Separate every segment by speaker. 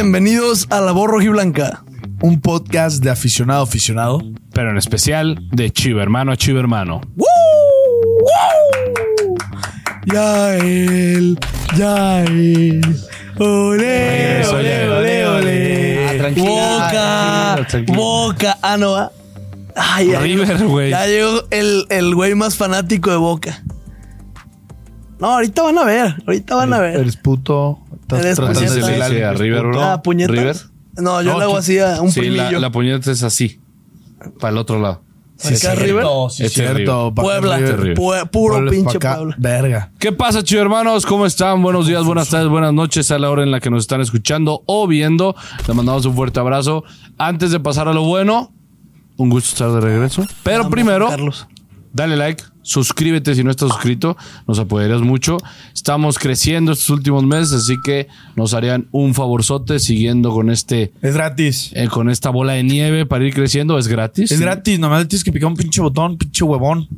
Speaker 1: Bienvenidos a La Voz Blanca.
Speaker 2: Un podcast de aficionado a aficionado.
Speaker 3: pero en especial de Chiva Hermano a Chiva Hermano.
Speaker 1: ¡Woo! ¡Woo! Ya él, ya él. Ole,
Speaker 3: Regreso,
Speaker 1: ole,
Speaker 3: Yael.
Speaker 1: ole, ole.
Speaker 2: Ah, tranquila,
Speaker 1: Boca,
Speaker 3: tranquila, tranquila.
Speaker 1: Boca. Ah, no, ah. Ay, ya llegó-
Speaker 3: River, güey.
Speaker 1: Ya llegó el, el güey más fanático de Boca. No, ahorita van a ver. Ahorita van a ver.
Speaker 2: Eres puto. Estás
Speaker 1: Eres
Speaker 2: tratando
Speaker 1: puñeta.
Speaker 2: de
Speaker 1: Así se le
Speaker 2: decir
Speaker 3: dice
Speaker 2: algo,
Speaker 3: a
Speaker 2: eres
Speaker 3: River,
Speaker 2: puto.
Speaker 3: bro.
Speaker 1: Ah, puñetas.
Speaker 3: River.
Speaker 1: No, yo
Speaker 2: No,
Speaker 1: le hago
Speaker 2: tú-
Speaker 1: así a un
Speaker 3: Sí, la,
Speaker 1: primillo.
Speaker 3: la puñeta es así. Para el otro lado.
Speaker 2: Sí, es
Speaker 1: Acá
Speaker 2: cierto,
Speaker 1: River.
Speaker 2: sí, es
Speaker 3: Este es
Speaker 2: cierto. Pa' acá
Speaker 1: Puebla.
Speaker 2: River.
Speaker 3: River.
Speaker 1: Pue- puro
Speaker 2: Puebla es
Speaker 1: pinche
Speaker 2: pa' acá.
Speaker 1: Puebla.
Speaker 2: Verga.
Speaker 3: ¿Qué pasa, chido hermanos? ¿Cómo están? Buenos días, buenas tardes, buenas noches a la hora en la que nos están escuchando o viendo. Le mandamos un fuerte abrazo. Antes de pasar a lo bueno, un gusto estar de regreso. Pero
Speaker 1: Vamos,
Speaker 3: primero,
Speaker 1: Carlos.
Speaker 3: dale like, suscríbete si no estás suscrito, nos apoyarías mucho. Estamos creciendo estos últimos meses, así que nos harían un favorzote siguiendo con este
Speaker 2: Es gratis.
Speaker 3: eh, con esta bola de nieve para ir creciendo, es gratis.
Speaker 2: Es gratis. Nomás le tienes que picar un pinche botón, pinche huevón.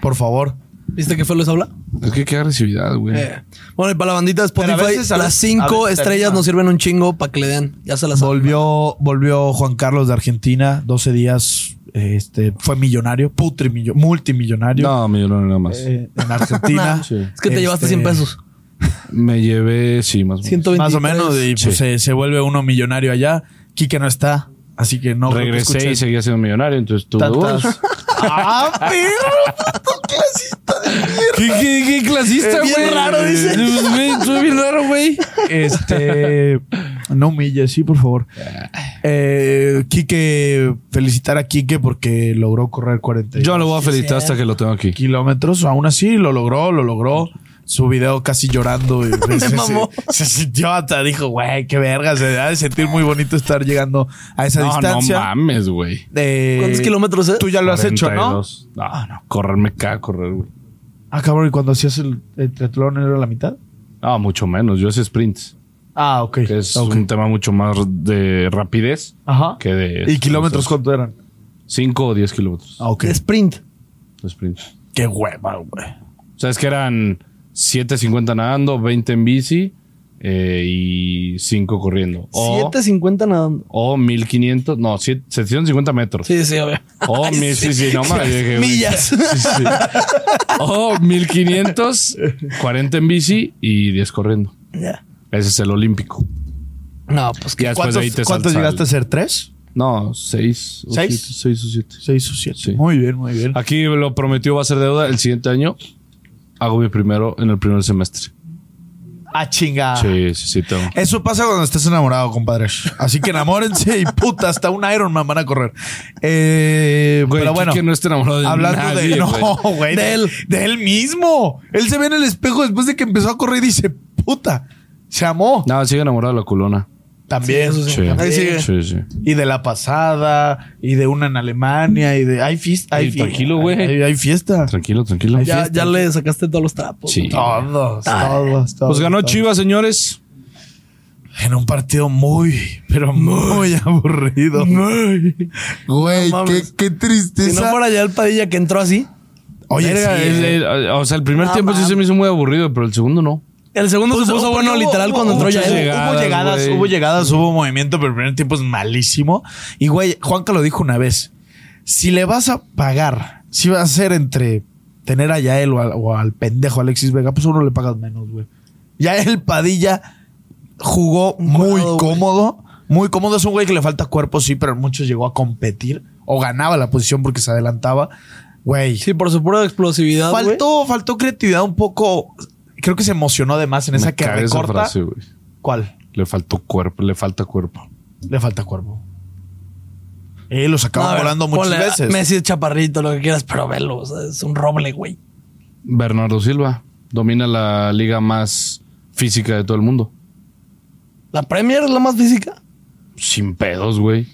Speaker 2: Por favor.
Speaker 1: ¿Viste qué fue les habla?
Speaker 3: Es que qué agresividad, güey.
Speaker 1: Eh, Bueno, y para la bandita de Spotify,
Speaker 2: Pero a veces, a
Speaker 1: las
Speaker 2: veces-
Speaker 1: cinco
Speaker 2: a veces te
Speaker 1: estrellas
Speaker 2: anima.
Speaker 1: nos sirven un chingo para que le den. Ya se las
Speaker 2: Volvió, volvió Juan Carlos de Argentina. 12 días. Este, fue millonario. Putri millo- multimillonario.
Speaker 3: No, me lloraron nada más.
Speaker 2: eh, en Argentina.
Speaker 1: Nah, Es que te llevaste
Speaker 2: Este,
Speaker 1: 100 pesos.
Speaker 3: Me llevé, sí, más o menos.
Speaker 1: 120.
Speaker 2: Más o menos, y pues,
Speaker 3: Sí.
Speaker 2: se, se vuelve uno millonario allá. Quique no está, así que no. creo que
Speaker 3: Regresé
Speaker 2: escuchen
Speaker 3: y seguía siendo millonario, entonces tú...
Speaker 2: tantas- ¡Ah, perro!
Speaker 3: ¿Qué, qué, qué clasista,
Speaker 1: Bien
Speaker 3: güey?
Speaker 1: raro, dice.
Speaker 3: Pues, güey, Estuve bien raro, güey.
Speaker 2: Este. No humilles, sí, por favor.
Speaker 3: Ah.
Speaker 2: Eh, Quique, felicitar a Quique porque logró correr 40
Speaker 3: Yo lo voy a
Speaker 1: Sí,
Speaker 3: felicitar
Speaker 2: eh.
Speaker 3: hasta que lo tengo aquí.
Speaker 2: kilómetros. Aún así, lo logró, lo logró. Su video casi llorando. Y se,
Speaker 1: mamó.
Speaker 2: se- se sintió hasta, dijo, güey, qué verga. Se ha de sentir muy bonito estar llegando a esa
Speaker 3: No, no
Speaker 2: distancia.
Speaker 3: mames, güey.
Speaker 2: Eh,
Speaker 1: ¿Cuántos kilómetros es?
Speaker 2: Tú ya lo has hecho, ¿no?
Speaker 3: 42. No, no, correrme cada correr, güey.
Speaker 2: Ah, cabrón, ¿y cuando hacías el, el triatlón era la mitad?
Speaker 3: Ah, mucho menos. Yo hice sprints,
Speaker 2: Ah, ok.
Speaker 3: que es
Speaker 2: Ok.
Speaker 3: un tema mucho más de rapidez
Speaker 2: Ajá.
Speaker 3: que de...
Speaker 2: ¿Y kilómetros cuánto eran?
Speaker 3: 5 o 10 kilómetros
Speaker 2: Ah, ok.
Speaker 1: Sprint.
Speaker 3: de sprints.
Speaker 2: Qué hueva, güey.
Speaker 3: O sea, es que eran 7.50 nadando, 20 en bici eh, y 5 corriendo. O,
Speaker 1: 7.50 nadando.
Speaker 3: o 1.500, no, 7- 750 metros.
Speaker 1: Sí, sí, a ver.
Speaker 3: O mil, sí, sí, no mames, yo dije, güey.
Speaker 1: Millas.
Speaker 3: Sí. O 1500, 40 en bici y 10 corriendo.
Speaker 1: Ya.
Speaker 3: Ese es el olímpico.
Speaker 1: No, pues que.
Speaker 3: Ya después de ahí te
Speaker 2: ¿Cuántos
Speaker 3: saltas al-
Speaker 2: llegaste a ser? ¿Tres?
Speaker 3: No, 6 o
Speaker 2: ¿Seis?
Speaker 3: 6 o 7.
Speaker 2: Seis o siete.
Speaker 3: Sí. Ah,
Speaker 2: Muy bien, muy bien.
Speaker 3: Aquí lo prometió va a ser deuda el siguiente año. Hago mi primero en el primer semestre.
Speaker 2: Ah, chinga.
Speaker 3: Sí, sí, sí, tengo.
Speaker 2: Eso pasa cuando estás enamorado, compadres. Así que enamórense y puta, hasta un Ironman van a correr. Eh,
Speaker 3: Güey,
Speaker 2: pero bueno,
Speaker 3: Quique no está enamorado de
Speaker 2: hablando
Speaker 3: nadie,
Speaker 2: de.
Speaker 3: güey.
Speaker 2: No, güey. De él, de él mismo. Él se ve en el espejo después de que empezó a correr y dice, puta, se amó.
Speaker 3: No, sigue enamorado de la culona.
Speaker 2: También.
Speaker 1: Sí, eso
Speaker 3: Sí.
Speaker 1: Ahí sigue.
Speaker 3: Sí, sí.
Speaker 2: Y de la pasada, y de una en Alemania, y de. Hay fiesta. Hay
Speaker 3: Ey,
Speaker 2: fiesta.
Speaker 3: tranquilo, güey.
Speaker 2: Hay, hay fiesta.
Speaker 3: Tranquilo, tranquilo.
Speaker 1: Ya, ya le sacaste todos los trapos.
Speaker 3: Sí.
Speaker 2: Todos, todos, todos.
Speaker 3: Pues ganó
Speaker 2: todos.
Speaker 3: Chivas, señores.
Speaker 2: En un partido muy, pero muy aburrido. Güey,
Speaker 1: No
Speaker 2: qué,
Speaker 1: mames.
Speaker 2: qué
Speaker 1: Si no
Speaker 2: tristeza.
Speaker 1: por allá el Padilla que entró así.
Speaker 2: Oye,
Speaker 3: Verga,
Speaker 2: sí,
Speaker 3: el-
Speaker 2: eh.
Speaker 3: el- o sea, el primer
Speaker 1: No
Speaker 3: tiempo sí
Speaker 1: mames.
Speaker 3: se me hizo muy aburrido, pero el segundo no.
Speaker 1: El segundo se puso
Speaker 2: Hubo-
Speaker 1: bueno
Speaker 2: hubo-
Speaker 1: literal
Speaker 2: hubo-
Speaker 1: cuando entró
Speaker 2: hubo
Speaker 1: ya.
Speaker 3: muchas
Speaker 1: él.
Speaker 3: llegadas,
Speaker 2: Hubo llegadas,
Speaker 3: güey.
Speaker 2: hubo llegadas, hubo movimiento, pero el primer tiempo es malísimo. Y güey, Juanca lo dijo una vez. Si le vas a pagar, si va a ser entre tener a Yael o, al- o al pendejo Alexis Vega, pues a uno le pagas menos, güey. Yael Padilla jugó muy
Speaker 1: Colado, güey.
Speaker 2: cómodo. Muy cómodo. Es un güey que le falta cuerpo, sí, pero en muchos llegó a competir. O ganaba la posición porque se adelantaba. Güey.
Speaker 1: Sí, por su pura explosividad. güey.
Speaker 2: faltó, faltó creatividad un poco. Creo que se emocionó de más en esa
Speaker 3: Me
Speaker 2: que
Speaker 3: caga esa
Speaker 2: recorta.
Speaker 3: frase, güey.
Speaker 2: ¿Cuál?
Speaker 3: Le faltó cuerpo, le falta cuerpo.
Speaker 2: Le falta cuerpo. Eh, lo
Speaker 1: No, a
Speaker 2: sacaban
Speaker 1: ver,
Speaker 2: volando muchas
Speaker 1: ponle a
Speaker 2: veces.
Speaker 1: Messi es chaparrito, lo que quieras, pero velo. o sea, es un roble, güey.
Speaker 3: Bernardo Silva domina la liga más física de todo el mundo.
Speaker 1: La Premier es la más física.
Speaker 3: Sin pedos, güey.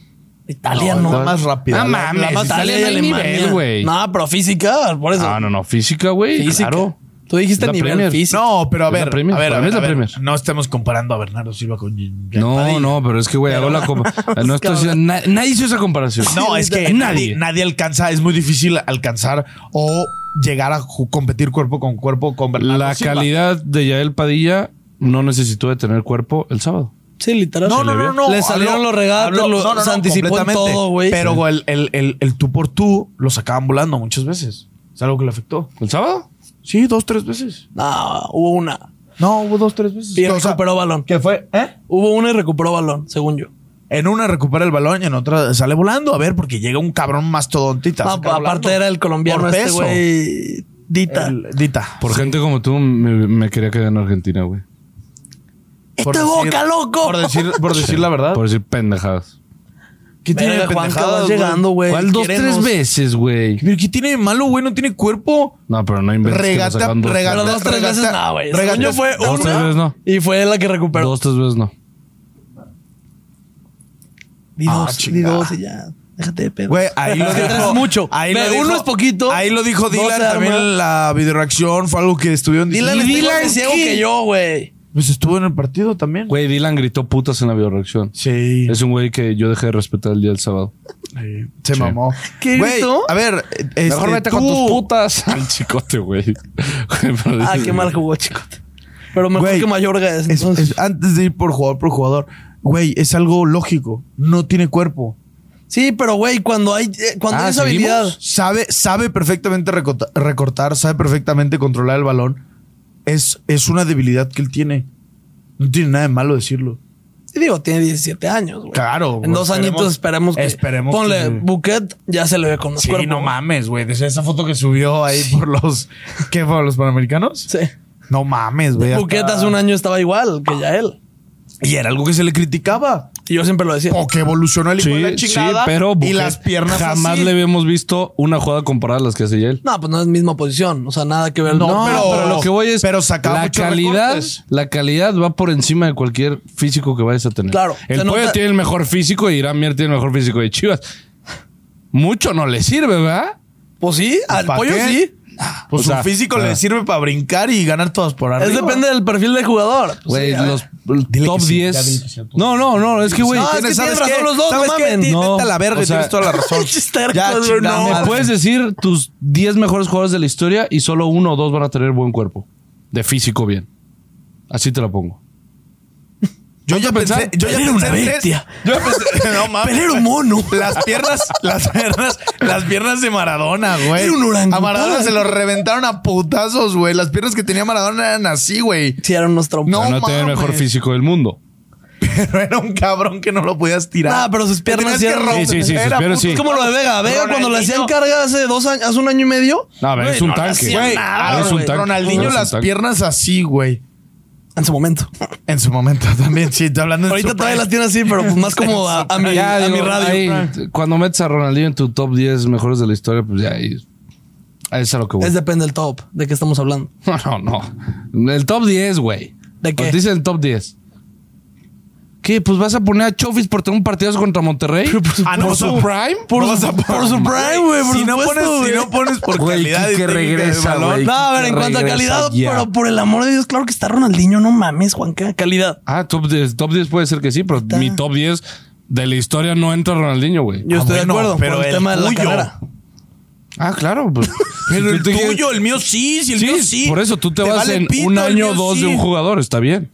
Speaker 1: Italia
Speaker 2: No,
Speaker 1: no.
Speaker 2: la más rápida.
Speaker 1: Ah,
Speaker 2: La-
Speaker 1: mames,
Speaker 2: la más-
Speaker 1: Italia y
Speaker 3: Italia hay
Speaker 1: Alemania.
Speaker 3: nivel, güey.
Speaker 1: No, pero física, por eso.
Speaker 3: Ah, no, no, física, güey.
Speaker 1: Física.
Speaker 3: Claro.
Speaker 1: Tú dijiste
Speaker 3: La
Speaker 1: nivel
Speaker 3: Premier.
Speaker 1: físico.
Speaker 2: No, pero a
Speaker 3: Es la
Speaker 2: ver,
Speaker 3: Premier,
Speaker 2: a ver, a
Speaker 3: para mí
Speaker 2: ver,
Speaker 3: es la
Speaker 2: a ver,
Speaker 3: Premier.
Speaker 2: no estamos comparando a Bernardo Silva con
Speaker 3: No,
Speaker 2: Padilla.
Speaker 3: no, pero es que, güey, hago la copa. No estoy haciendo- na- nadie hizo esa comparación.
Speaker 2: No, es que nadie,
Speaker 3: nadie.
Speaker 2: nadie alcanza, es muy difícil alcanzar o llegar a ju- competir cuerpo con cuerpo con Bernardo
Speaker 3: La
Speaker 2: Silva.
Speaker 3: calidad de Yael Padilla no necesitó de tener cuerpo el sábado.
Speaker 1: Sí, literal.
Speaker 2: No, no,
Speaker 3: le
Speaker 2: no,
Speaker 3: vio?
Speaker 2: no.
Speaker 1: Le salieron los regates, lo- se anticipó en
Speaker 2: completamente.
Speaker 1: todo, güey.
Speaker 2: Pero el, el, el, el tú por tú lo sacaban volando muchas veces. Es algo que le afectó.
Speaker 3: ¿El sábado?
Speaker 2: Sí, dos, tres veces.
Speaker 1: No, hubo una.
Speaker 2: No, hubo dos, tres veces.
Speaker 1: Y
Speaker 2: O sea,
Speaker 1: recuperó balón.
Speaker 2: que fue, ¿eh?
Speaker 1: Hubo una y recuperó balón, según yo.
Speaker 2: En una recupera el balón y en otra sale volando. A ver, porque llega un cabrón mastodonte y te
Speaker 1: Ah,
Speaker 2: saca volando.
Speaker 1: aparte era el colombiano
Speaker 2: Por
Speaker 1: este,
Speaker 2: peso.
Speaker 1: güey. Dita.
Speaker 2: El- Dita.
Speaker 3: Por gente como tú me, me quería quedar en Argentina, güey.
Speaker 1: ¡Este
Speaker 2: por decir-
Speaker 1: boca, loco!
Speaker 2: Por decir, por decir la verdad. Eh,
Speaker 3: Por decir pendejadas.
Speaker 2: ¿Qué
Speaker 1: Verga,
Speaker 2: de
Speaker 1: Juanca,
Speaker 2: pendejadas,
Speaker 1: vas
Speaker 2: güey?
Speaker 1: llegando, güey.
Speaker 3: ¿Cuál dos, tres
Speaker 1: Quiérenos.
Speaker 3: veces, güey?
Speaker 2: Pero ¿Qué tiene de malo, güey? No tiene cuerpo.
Speaker 3: No, pero no inventes. que nos
Speaker 2: Regata-
Speaker 3: sacan dos,
Speaker 2: regata-
Speaker 1: Pero dos, tres
Speaker 2: Regata-
Speaker 1: veces, no, güey.
Speaker 2: regata-
Speaker 1: Según yo fue
Speaker 3: Dos, tres
Speaker 1: una
Speaker 3: veces no.
Speaker 1: y fue la que recuperó.
Speaker 3: Dos, tres veces no.
Speaker 1: Di
Speaker 2: Ah,
Speaker 1: dos, di
Speaker 2: chingada.
Speaker 1: dos y ya. Déjate de pedo.
Speaker 2: Güey, ahí lo
Speaker 1: Es que
Speaker 2: dijo.
Speaker 1: tres es mucho.
Speaker 2: Ahí
Speaker 1: Ve,
Speaker 2: lo dijo-
Speaker 1: uno es poquito.
Speaker 2: Ahí lo dijo
Speaker 1: dos
Speaker 2: Dylan.
Speaker 1: se arma.
Speaker 2: También la videoreacción fue algo que estuvieron
Speaker 1: Dylan
Speaker 2: diciendo.
Speaker 1: es
Speaker 2: ¿qué?
Speaker 1: más ciego que yo, güey.
Speaker 2: Pues estuvo en el partido también.
Speaker 3: Güey, Dylan gritó putas en la videoreacción.
Speaker 2: Sí.
Speaker 3: Es un güey que yo dejé de respetar el día del sábado.
Speaker 2: Sí. Se mamó.
Speaker 1: ¿Qué
Speaker 2: Güey,
Speaker 1: gritó?
Speaker 2: A ver, este,
Speaker 3: Mejor vete con
Speaker 2: tú-
Speaker 3: tus putas. Al chicote, güey. Güey, pero
Speaker 1: Ah,
Speaker 3: dices-
Speaker 1: qué mal jugó, chicote. Pero mejor
Speaker 2: Güey,
Speaker 1: que Mayorga es.
Speaker 2: es-
Speaker 1: entonces.
Speaker 2: es- antes de ir por jugador por jugador, güey, es algo lógico. No tiene cuerpo.
Speaker 1: Sí, pero güey, cuando hay eh, cuando
Speaker 3: Ah,
Speaker 1: hay esa
Speaker 3: ¿seguimos?
Speaker 1: habilidad.
Speaker 2: Sabe, sabe perfectamente recota- recortar, sabe perfectamente controlar el balón. Es, es una debilidad que él tiene. No tiene nada de malo decirlo.
Speaker 1: Sí, digo, tiene 17 años, güey.
Speaker 2: Claro,
Speaker 1: En
Speaker 2: güey,
Speaker 1: dos
Speaker 2: esperemos-
Speaker 1: añitos esperemos que.
Speaker 2: esperemos
Speaker 1: Ponle,
Speaker 2: que-
Speaker 1: Buquet ya se le ve con más
Speaker 2: Sí,
Speaker 1: cuerpo.
Speaker 2: no
Speaker 1: güey.
Speaker 2: mames, güey. Desde esa foto que subió ahí por los. ¿Qué por los panamericanos?
Speaker 1: Sí.
Speaker 2: No mames, güey.
Speaker 1: Buquet
Speaker 2: hasta-
Speaker 1: hace un año estaba igual que ya él.
Speaker 2: Y era algo que se le criticaba.
Speaker 1: Y yo siempre lo decía.
Speaker 2: O que evolucionó el hijo de la
Speaker 3: Sí, sí,
Speaker 2: chingada.
Speaker 3: pero
Speaker 2: Y
Speaker 3: Buquet
Speaker 2: las piernas.
Speaker 3: Jamás
Speaker 2: así.
Speaker 3: le habíamos visto una jugada comparada a las que hace él.
Speaker 1: No, pues no es misma posición. O sea, nada que ver.
Speaker 2: No,
Speaker 3: No, pero,
Speaker 2: pero
Speaker 3: lo que voy es.
Speaker 2: pero sacaba
Speaker 3: la
Speaker 2: muchos
Speaker 3: calidad.
Speaker 2: recortes.
Speaker 3: La calidad va por encima de cualquier físico que vayas a tener.
Speaker 1: Claro, se
Speaker 3: El
Speaker 1: nota-
Speaker 3: pollo tiene el mejor físico y Irán Mier tiene el mejor físico de Chivas. Mucho no le sirve, ¿verdad?
Speaker 1: Pues sí, al
Speaker 2: ¿Pa'
Speaker 1: pollo
Speaker 2: qué?
Speaker 1: sí.
Speaker 2: Pues
Speaker 3: O
Speaker 2: su
Speaker 3: sea,
Speaker 2: físico le
Speaker 3: ah.
Speaker 2: sirve para brincar y ganar todas por arriba.
Speaker 1: Es depende del perfil del jugador. Pues
Speaker 3: Güey,
Speaker 1: sí, a ver.
Speaker 3: los
Speaker 2: Dile
Speaker 3: top
Speaker 2: que sí, ya
Speaker 3: 10.
Speaker 2: dile que sí a todos.
Speaker 3: no, no, no, es que, güey.
Speaker 1: No, es que
Speaker 3: tienes-
Speaker 1: tienen
Speaker 2: ¿sabes
Speaker 1: razón
Speaker 2: qué?
Speaker 1: los dos,
Speaker 2: ¿Sabes
Speaker 1: no
Speaker 2: qué?
Speaker 1: mamen.
Speaker 2: Ti-
Speaker 3: No.
Speaker 2: vete a la verga,
Speaker 3: O sea,
Speaker 2: tienes toda la razón.
Speaker 1: Pinches tercos,
Speaker 2: Ya,
Speaker 1: güey,
Speaker 2: chingada
Speaker 1: no.
Speaker 2: madre.
Speaker 3: Me puedes decir tus 10 mejores jugadores de la historia y solo uno o dos van a tener buen cuerpo. De físico bien. Así te la pongo.
Speaker 2: Yo ya pensé,
Speaker 3: pensar.
Speaker 2: yo ya
Speaker 1: Pero era
Speaker 2: pensé
Speaker 1: una
Speaker 2: en tres.
Speaker 1: bestia.
Speaker 2: Yo ya pensé, no mames.
Speaker 1: Pero era un mono.
Speaker 2: Las piernas, las piernas, las piernas de Maradona, güey.
Speaker 1: Era un orangután.
Speaker 2: A Maradona se lo reventaron a putazos, güey. Las piernas que tenía Maradona eran así, güey.
Speaker 1: Sí, eran unos trompos.
Speaker 2: No,
Speaker 3: O sea, No, tiene el
Speaker 2: mames.
Speaker 3: mejor físico del mundo.
Speaker 2: Pero era un cabrón que no lo podías tirar.
Speaker 1: Nah, Ah, pero sus
Speaker 2: Te
Speaker 1: piernas
Speaker 2: tenías que
Speaker 1: sí eran-
Speaker 2: romper,
Speaker 3: Sí, sí, sí, sus
Speaker 2: era
Speaker 3: piernas
Speaker 2: puto-
Speaker 3: sí.
Speaker 1: Es como lo de Vega. Vega, cuando le hacían
Speaker 2: Ronaldinho-
Speaker 1: carga hace dos años, hace un año y medio.
Speaker 3: No, a ver,
Speaker 1: güey,
Speaker 3: es un
Speaker 1: le
Speaker 3: tanque. Ah,
Speaker 1: hacían
Speaker 2: Güey,
Speaker 1: nada,
Speaker 2: a
Speaker 3: es un
Speaker 1: güey.
Speaker 3: tanque.
Speaker 2: Ronaldinho
Speaker 3: Es un
Speaker 2: las
Speaker 3: tanque.
Speaker 2: piernas así, güey.
Speaker 1: En su momento.
Speaker 2: En su momento también, sí, hablando en
Speaker 1: Ahorita
Speaker 2: su
Speaker 1: todavía
Speaker 2: prime.
Speaker 1: las tiene así, pero pues más como a, a mi,
Speaker 3: Ya,
Speaker 1: a
Speaker 3: digo,
Speaker 1: mi radio.
Speaker 3: ahí, t- cuando metes a Ronaldinho en tu top 10 mejores de la historia, pues ya ahí. ahí es a lo que voy.
Speaker 1: Es depende del top de qué estamos hablando.
Speaker 3: No, no, no. El top 10, güey.
Speaker 1: ¿De
Speaker 2: Pues
Speaker 1: qué?
Speaker 3: Nos dicen el top 10. ¿Qué? Pues vas a poner a Chofis por tener un partido contra Monterrey.
Speaker 1: Pero por
Speaker 2: Ah, no,
Speaker 3: por su
Speaker 2: no.
Speaker 3: prime.
Speaker 1: Por,
Speaker 2: No
Speaker 1: su,
Speaker 2: vas a
Speaker 1: por,
Speaker 2: poner-
Speaker 1: su prime, güey. por
Speaker 2: si, no
Speaker 1: supuesto,
Speaker 2: pones, si
Speaker 1: güey.
Speaker 2: no pones por
Speaker 3: Güey,
Speaker 2: calidad
Speaker 3: Quique
Speaker 2: y técnica de
Speaker 3: regresa,
Speaker 2: balón.
Speaker 3: güey.
Speaker 1: No, a ver, en cuanto a
Speaker 3: Regresa
Speaker 1: calidad,
Speaker 3: ya.
Speaker 1: pero por el amor de Dios, claro que está Ronaldinho. No mames, Juanca. Calidad.
Speaker 3: Ah, top 10. Top 10 puede ser que sí, pero mi top 10 de la historia no entra Ronaldinho, güey.
Speaker 1: Yo
Speaker 2: Ah,
Speaker 1: estoy
Speaker 2: bueno,
Speaker 1: de acuerdo
Speaker 2: pero
Speaker 1: por el
Speaker 2: el
Speaker 1: tema de la
Speaker 2: tuyo.
Speaker 1: carrera.
Speaker 3: Ah, claro. Pues,
Speaker 2: Pero
Speaker 3: Si
Speaker 2: el
Speaker 3: tú te-
Speaker 2: tuyo, el mío sí, si el mío
Speaker 3: Sí,
Speaker 2: sí.
Speaker 3: por eso tú te,
Speaker 2: Te
Speaker 3: vas
Speaker 2: vale
Speaker 3: en
Speaker 2: pito,
Speaker 3: un
Speaker 2: el
Speaker 3: año o
Speaker 2: mío
Speaker 3: dos
Speaker 2: sí.
Speaker 3: de un jugador. Está bien.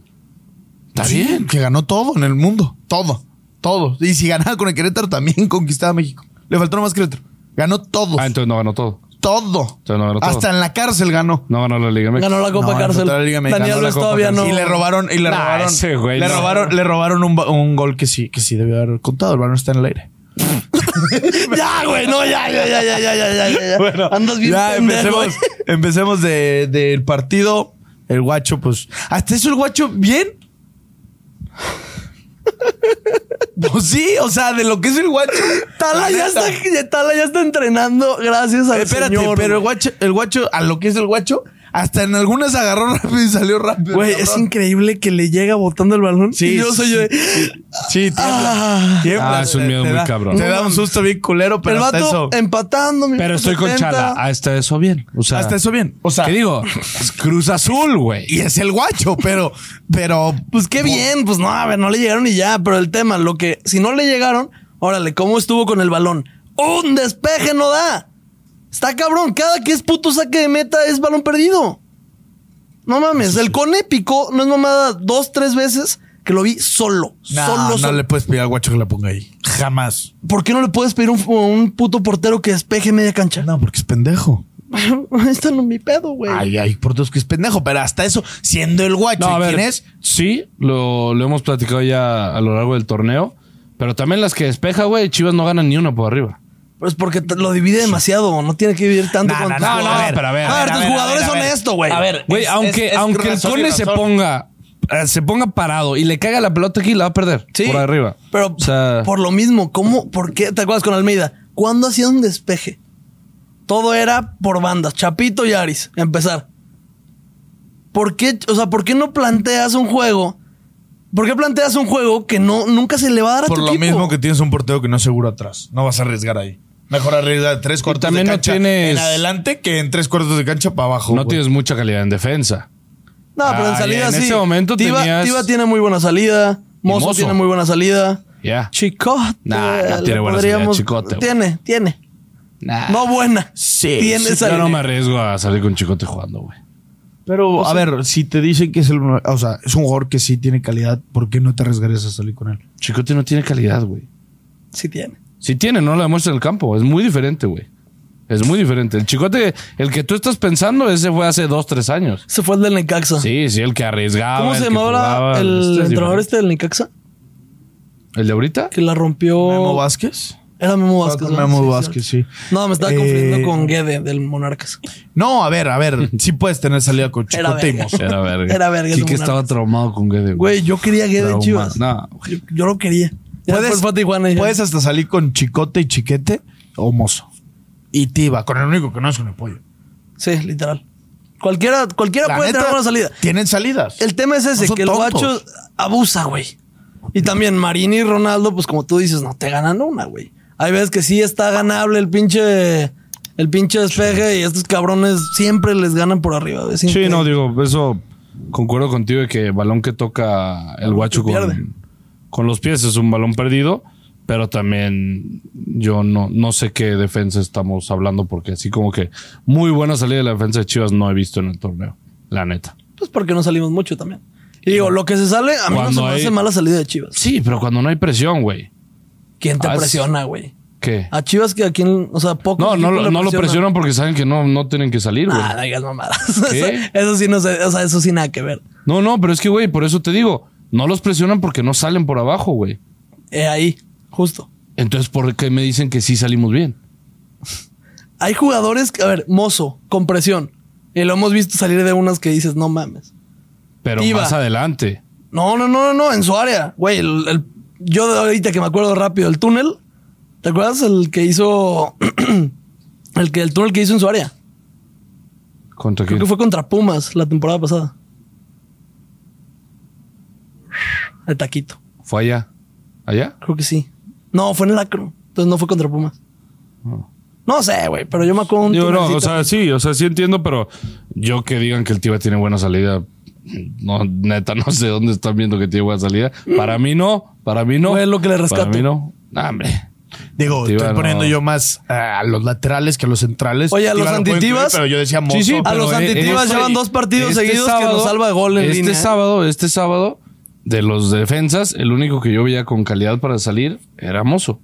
Speaker 3: Está
Speaker 2: Sí,
Speaker 3: bien.
Speaker 2: Que ganó todo en el mundo. Todo. Todo. Y si ganaba con el Querétaro, también conquistaba México. Le faltó nomás Querétaro. Ganó todo.
Speaker 3: Ah, entonces no ganó todo.
Speaker 2: todo.
Speaker 3: entonces no ganó todo.
Speaker 2: Hasta en la cárcel ganó.
Speaker 3: No ganó la Liga MX.
Speaker 1: Ganó la Copa
Speaker 2: No,
Speaker 1: Cárcel.
Speaker 2: la Liga Mexicana,
Speaker 1: Daniel
Speaker 3: la
Speaker 1: Luis
Speaker 3: Copa
Speaker 1: todavía
Speaker 3: Cárcel.
Speaker 1: no.
Speaker 2: Y le robaron, y le
Speaker 3: Nah,
Speaker 2: robaron.
Speaker 3: ese güey
Speaker 2: le
Speaker 3: no.
Speaker 2: robaron, le robaron un, ba- un gol que sí, que sí debió haber contado. El balón está en el aire.
Speaker 1: Ya, güey, no, ya, ya, ya, ya, ya, ya, ya, ya, ya. Andas bien
Speaker 2: ya
Speaker 1: pendejo.
Speaker 2: empecemos, empecemos de- del partido. El guacho, pues. Hasta eso el guacho, bien. Pues sí, o sea, de lo que es el guacho.
Speaker 1: Tala ya, está, Tala ya está entrenando gracias al
Speaker 2: Espérate,
Speaker 1: señor.
Speaker 2: pero el
Speaker 1: güey.
Speaker 2: guacho, el guacho, a lo que es el guacho, hasta en algunas agarró rápido y salió rápido.
Speaker 1: Güey,
Speaker 2: cabrón.
Speaker 1: es increíble que le llega botando el balón.
Speaker 2: Sí,
Speaker 1: y yo soy
Speaker 2: sí,
Speaker 1: yo de-
Speaker 2: sí, sí, tiembla.
Speaker 1: Ah.
Speaker 2: tiembla.
Speaker 3: Ah, es un
Speaker 2: Te-
Speaker 3: miedo
Speaker 2: te
Speaker 3: muy
Speaker 2: da-
Speaker 3: cabrón.
Speaker 2: Te
Speaker 1: No
Speaker 2: da un
Speaker 1: mames.
Speaker 2: susto bien culero, pero
Speaker 1: el
Speaker 2: hasta eso.
Speaker 1: vato em- empatando. minuto
Speaker 3: Pero estoy con
Speaker 1: 70.
Speaker 3: Chala. Hasta eso bien. O sea,
Speaker 2: Hasta eso bien. O sea,
Speaker 3: ¿qué digo? Cruz Azul, güey.
Speaker 2: y es el guacho, pero, pero,
Speaker 1: Pues qué bien, pues no, a ver, no le llegaron y ya, pero el tema, lo que, si no le llegaron, órale, ¿cómo estuvo con el balón? Un despeje no da. Está cabrón, cada que es puto saque de meta es balón perdido. No mames, el cone picó, no es mamada, dos, tres veces que lo vi solo.
Speaker 2: No,
Speaker 1: solo,
Speaker 2: no
Speaker 1: solo.
Speaker 2: le puedes pedir al guacho que la ponga ahí. Jamás.
Speaker 1: ¿Por qué no le puedes pedir un, un puto portero que despeje media cancha?
Speaker 2: No, porque es pendejo.
Speaker 1: Esto no es mi pedo, güey.
Speaker 2: Ay, ay, por Dios que es pendejo, pero hasta eso, siendo el guacho,
Speaker 3: No, a
Speaker 2: ¿y
Speaker 3: ver,
Speaker 2: ¿quién es?
Speaker 3: Sí, lo, lo hemos platicado ya a lo largo del torneo. Pero también las que despeja, güey, Chivas no ganan ni una por arriba.
Speaker 1: Pues porque te- lo divide demasiado. No tiene que vivir tanto
Speaker 2: Nah,
Speaker 1: con
Speaker 2: nah,
Speaker 1: tus
Speaker 2: nah,
Speaker 1: jugadores.
Speaker 2: a ver, pero a ver,
Speaker 1: A
Speaker 2: a
Speaker 1: ver,
Speaker 2: ver, a
Speaker 1: tus
Speaker 2: ver,
Speaker 1: jugadores
Speaker 2: a ver,
Speaker 1: son
Speaker 2: a ver.
Speaker 1: esto, güey.
Speaker 4: A ver,
Speaker 3: Güey,
Speaker 4: es-
Speaker 3: aunque,
Speaker 4: es- es
Speaker 3: aunque el
Speaker 4: razón y
Speaker 3: cone se
Speaker 4: razón.
Speaker 3: ponga, eh, se ponga parado y le caga la pelota aquí, la va a perder.
Speaker 1: Sí,
Speaker 3: Por arriba.
Speaker 1: Pero
Speaker 3: O sea,
Speaker 1: por lo mismo, ¿cómo? ¿Por qué? ¿Te acuerdas con Almeida? ¿Cuándo hacía un despeje? Todo era por bandas, Chapito y Aris, empezar. ¿Por qué, o sea, ¿por qué no planteas un juego? ¿Por qué planteas un juego que no, nunca se le va a dar a
Speaker 2: Por
Speaker 1: tu
Speaker 2: lo
Speaker 1: equipo?
Speaker 2: mismo que tienes un portero que no es seguro atrás. No vas a arriesgar ahí. Mejor arriesgar tres cuartos
Speaker 3: también
Speaker 2: de
Speaker 3: no
Speaker 2: cancha
Speaker 3: tienes-
Speaker 2: en adelante que en tres cuartos de cancha para abajo.
Speaker 3: no
Speaker 2: güey.
Speaker 3: tienes mucha calidad en defensa.
Speaker 1: No, pero en
Speaker 3: Ah,
Speaker 1: salida
Speaker 3: en
Speaker 1: sí.
Speaker 3: ese momento
Speaker 1: Tiva,
Speaker 3: tenías-
Speaker 1: Tiva tiene muy buena salida. Mozo,
Speaker 3: Mozo.
Speaker 1: tiene muy buena salida.
Speaker 3: Ya.
Speaker 1: Chicote.
Speaker 3: Nah, no
Speaker 1: le
Speaker 3: tiene buena salida, Chicote, güey.
Speaker 1: Tiene, tiene.
Speaker 3: Nah.
Speaker 1: No buena.
Speaker 2: Sí,
Speaker 1: Tiene
Speaker 2: sí,
Speaker 1: salida.
Speaker 3: Yo no me arriesgo a salir con Chicote jugando, güey.
Speaker 2: Pero, a ver, si te dicen que es el. O sea, es un jugador que sí tiene calidad, ¿por qué no te arriesgarías a salir con él?
Speaker 3: Chicote no tiene calidad, güey.
Speaker 1: Sí tiene.
Speaker 3: Si tiene, no la demuestra en el campo. Es muy diferente, güey. Es muy diferente. El chicote, el que tú estás pensando, ese fue hace dos, tres años.
Speaker 1: Se fue el del Necaxa.
Speaker 3: Sí, sí, el que arriesgaba.
Speaker 1: ¿Cómo
Speaker 3: Ah, el
Speaker 1: se
Speaker 3: que
Speaker 1: llamaba
Speaker 3: jugaba.
Speaker 1: la- el
Speaker 3: Este es
Speaker 1: entrenador
Speaker 3: diferente.
Speaker 1: este del Necaxa?
Speaker 3: ¿El de ahorita?
Speaker 1: Que la rompió.
Speaker 2: ¿Memo Vázquez?
Speaker 1: Era Memo
Speaker 2: Fue
Speaker 1: Vázquez.
Speaker 2: con
Speaker 1: ¿no?
Speaker 2: Memo
Speaker 1: Sí,
Speaker 2: Vázquez,
Speaker 1: sí.
Speaker 2: sí.
Speaker 1: No, me estaba
Speaker 2: Eh,
Speaker 1: confundiendo con Guede del Monarcas.
Speaker 2: No, a ver, a ver. sí puedes tener salida con
Speaker 1: Era
Speaker 2: Chicote y
Speaker 1: verga.
Speaker 2: Mozo.
Speaker 3: Era verga.
Speaker 1: Era verga,
Speaker 3: Quique
Speaker 1: es un
Speaker 3: estaba traumado con Guede,
Speaker 1: Güey, yo quería Guede en
Speaker 3: Trauma.
Speaker 1: Chivas.
Speaker 3: No, güey.
Speaker 1: Yo, yo lo quería. Ya después
Speaker 2: Puedes,
Speaker 1: fue a Tijuana y ya.
Speaker 2: puedes hasta salir con Chicote y Chiquete o Mozo. Y Tiba, con el único que no es con el pollo.
Speaker 1: Sí, literal. Cualquiera, cualquiera
Speaker 2: La
Speaker 1: puede
Speaker 2: neta,
Speaker 1: tener buena salida.
Speaker 2: Tienen salidas.
Speaker 1: El tema es ese,
Speaker 2: No son
Speaker 1: que el
Speaker 2: tontos.
Speaker 1: guacho abusa, güey. Y también Marini y Ronaldo, pues como tú dices, no te ganan una, güey. Hay veces que sí está ganable el pinche, el pinche despeje y estos cabrones siempre les ganan por arriba. güey. Es
Speaker 3: Sí,
Speaker 1: increíble.
Speaker 3: no, digo, eso concuerdo contigo de que balón que toca el guacho
Speaker 1: que pierde.
Speaker 3: con, con los pies es un balón perdido, pero también yo no, no sé qué defensa estamos hablando porque así como que muy buena salida de la defensa de Chivas no he visto en el torneo, la neta.
Speaker 1: Pues porque no salimos mucho también. Y digo, lo que se sale, a mí no se
Speaker 3: Cuando
Speaker 1: me
Speaker 3: hay-
Speaker 1: hace mala salida de Chivas.
Speaker 3: Sí, pero cuando no hay presión, güey.
Speaker 1: ¿Quién te
Speaker 3: Ah, es-
Speaker 1: presiona, güey?
Speaker 3: ¿Qué?
Speaker 1: A Chivas que a quién, o sea, poco.
Speaker 3: No, no, lo- no lo presionan porque saben que no, no tienen que salir, güey.
Speaker 1: Ah, no digas mamadas.
Speaker 3: ¿Qué?
Speaker 1: Eso, eso sí no sé, o sea, eso sí nada que ver.
Speaker 3: No, no, pero es que, güey, por eso te digo, no los presionan porque no salen por abajo, güey.
Speaker 1: Eh, ahí, justo.
Speaker 3: Entonces, ¿por qué me dicen que sí salimos bien?
Speaker 1: Hay jugadores, que- a ver, mozo, con presión. Y lo hemos visto salir de unas que dices, no mames.
Speaker 3: Pero
Speaker 1: Iba.
Speaker 3: más adelante.
Speaker 1: No, no, no, no, no, en su área. Güey, el- el- yo de ahorita que me acuerdo rápido, el túnel. ¿Te acuerdas el que hizo. el que el túnel que hizo en su área?
Speaker 3: ¿Contra
Speaker 1: Creo
Speaker 3: quién?
Speaker 1: que fue contra Pumas la temporada pasada. El taquito.
Speaker 3: Fue allá. ¿Allá?
Speaker 1: Creo que sí. No, fue en el Acro. Entonces no fue contra Pumas. No sé, güey, pero yo me acuerdo un
Speaker 3: Digo, no, o
Speaker 1: tunelcito.
Speaker 3: sea, sí, o sea, sí entiendo, pero yo que digan que el Tiba tiene buena salida, no, neta, no sé dónde están viendo que tiene buena salida. Para mí no, para mí no.
Speaker 1: Fue lo que le rescato.
Speaker 3: Para mí no. Nah, hombre.
Speaker 2: Digo,
Speaker 3: Tiba
Speaker 2: estoy
Speaker 3: no.
Speaker 2: poniendo yo más eh, a los laterales que a los centrales.
Speaker 1: Oye, a
Speaker 2: Tiba
Speaker 1: los
Speaker 2: lo puedo incluir,
Speaker 1: antitivas-
Speaker 2: Pero yo decía Mozo.
Speaker 3: Sí, sí,
Speaker 1: a
Speaker 3: pero
Speaker 1: los
Speaker 3: e-
Speaker 1: antitivas
Speaker 3: este-
Speaker 1: llevan dos partidos seguidos que nos salva de gol en
Speaker 3: este
Speaker 1: línea, ¿eh?
Speaker 3: sábado, este sábado, de los defensas, el único que yo veía con calidad para salir era Mozo.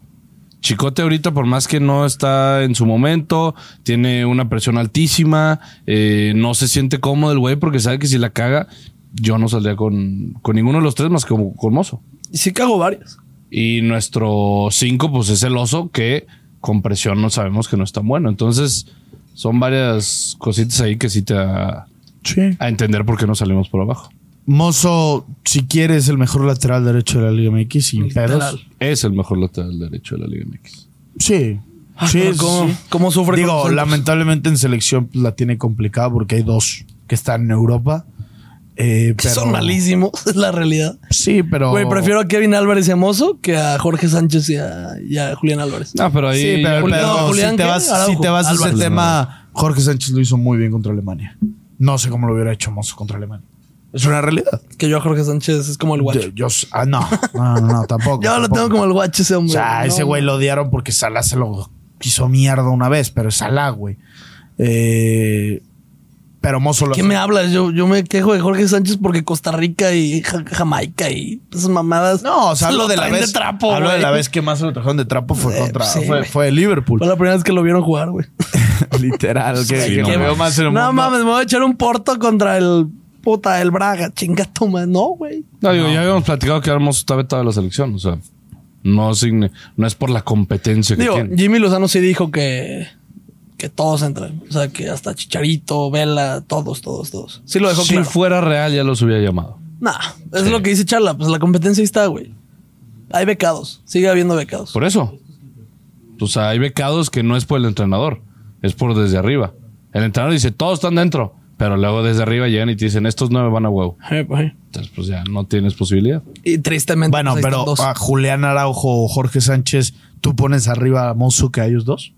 Speaker 3: Chicote ahorita, por más que no está en su momento, tiene una presión altísima, eh, no se siente cómodo el güey porque sabe que si la caga, yo no saldría con, con ninguno de los tres más que con, con Mozo.
Speaker 1: Y sí cago varios.
Speaker 3: Y nuestro 5, pues es el oso que con presión no sabemos que no es tan bueno. Entonces, son varias cositas ahí que sí te da
Speaker 2: Sí.
Speaker 3: a entender por qué no salimos por abajo.
Speaker 2: Mozo, si quieres, el mejor lateral derecho de la Liga MX, sin
Speaker 1: Literal.
Speaker 2: pedos.
Speaker 3: Es el mejor lateral derecho de la Liga MX.
Speaker 2: Sí.
Speaker 1: Ah,
Speaker 2: Sí,
Speaker 1: pero
Speaker 2: sí,
Speaker 1: ¿cómo,
Speaker 2: sí.
Speaker 1: cómo sufre? con
Speaker 2: Digo,
Speaker 1: los centros?
Speaker 2: lamentablemente en selección pues, la tiene complicada porque hay dos que están en Europa. Eh,
Speaker 1: Que
Speaker 2: pero-
Speaker 1: Son malísimos, es la realidad.
Speaker 2: Sí, pero.
Speaker 1: Güey, prefiero a Kevin Álvarez y a Mozo que a Jorge Sánchez y a, y a Julián Álvarez.
Speaker 3: No, pero ahí.
Speaker 2: Sí, pero,
Speaker 1: Julián-
Speaker 2: pero
Speaker 1: no, Julián,
Speaker 2: si te
Speaker 1: ¿qué?
Speaker 2: vas,
Speaker 1: Araujo.
Speaker 2: si te vas a ese
Speaker 1: Álvarez.
Speaker 2: tema, Jorge Sánchez lo hizo muy bien contra Alemania. No sé cómo lo hubiera hecho Mozo contra Alemania. Es una realidad.
Speaker 1: Que yo a Jorge Sánchez es como el guacho.
Speaker 2: Yo, yo- ah, no, no, no, no, tampoco.
Speaker 1: Yo lo
Speaker 2: tampoco.
Speaker 1: tengo como el guacho ese
Speaker 2: O
Speaker 1: hombre.
Speaker 2: sea,
Speaker 1: No,
Speaker 2: ese güey lo odiaron porque Salah se lo hizo mierda una vez, pero es Salah, güey. Eh, pero Mozo lo
Speaker 1: ¿Qué
Speaker 2: hace.
Speaker 1: me hablas? Yo, yo me quejo de Jorge Sánchez porque Costa Rica y Ja- Jamaica y esas mamadas.
Speaker 2: No, o sea, hablo
Speaker 1: lo
Speaker 2: de la
Speaker 1: traen
Speaker 2: vez.
Speaker 1: trapo,
Speaker 2: hablo de
Speaker 1: güey.
Speaker 2: la vez que más se lo trajeron de trapo fue
Speaker 1: Eh,
Speaker 2: contra.
Speaker 1: sí,
Speaker 2: fue,
Speaker 1: güey.
Speaker 2: fue Liverpool.
Speaker 1: Fue la primera vez que lo vieron jugar, güey.
Speaker 2: Literal. Que,
Speaker 3: Sí,
Speaker 2: que
Speaker 3: no
Speaker 2: lo veo
Speaker 3: mames.
Speaker 2: más en el
Speaker 1: No
Speaker 2: mundo.
Speaker 1: mames, me voy a echar un porto contra el puta, el Braga. Chinga tu madre. No, güey.
Speaker 3: No, digo, ya habíamos platicado que Hermoso está vetado de la selección. O sea, no, signe- no es por la competencia que
Speaker 1: Digo,
Speaker 3: tiene.
Speaker 1: Jimmy Lozano sí dijo que, que todos entran. O sea, que hasta Chicharito, Vela, todos, todos, todos. Sí lo dejó
Speaker 3: si
Speaker 1: claro.
Speaker 3: fuera real, ya los hubiera llamado.
Speaker 1: Nah, es lo que dice Charla. Pues la competencia ahí está, güey. Hay becados. Sigue habiendo becados.
Speaker 3: Por eso. O sea, hay becados que no es por el entrenador, es por desde arriba. El entrenador dice, todos están dentro, pero luego desde arriba llegan y te dicen, estos nueve van a huevo.
Speaker 1: Eh, pues, eh.
Speaker 3: Entonces, pues ya no tienes posibilidad.
Speaker 1: Y tristemente.
Speaker 2: Bueno,
Speaker 1: pues, ahí
Speaker 2: pero
Speaker 1: están dos.
Speaker 2: a Julián Araujo o Jorge Sánchez, ¿tú pones arriba a Mozo que a ellos dos?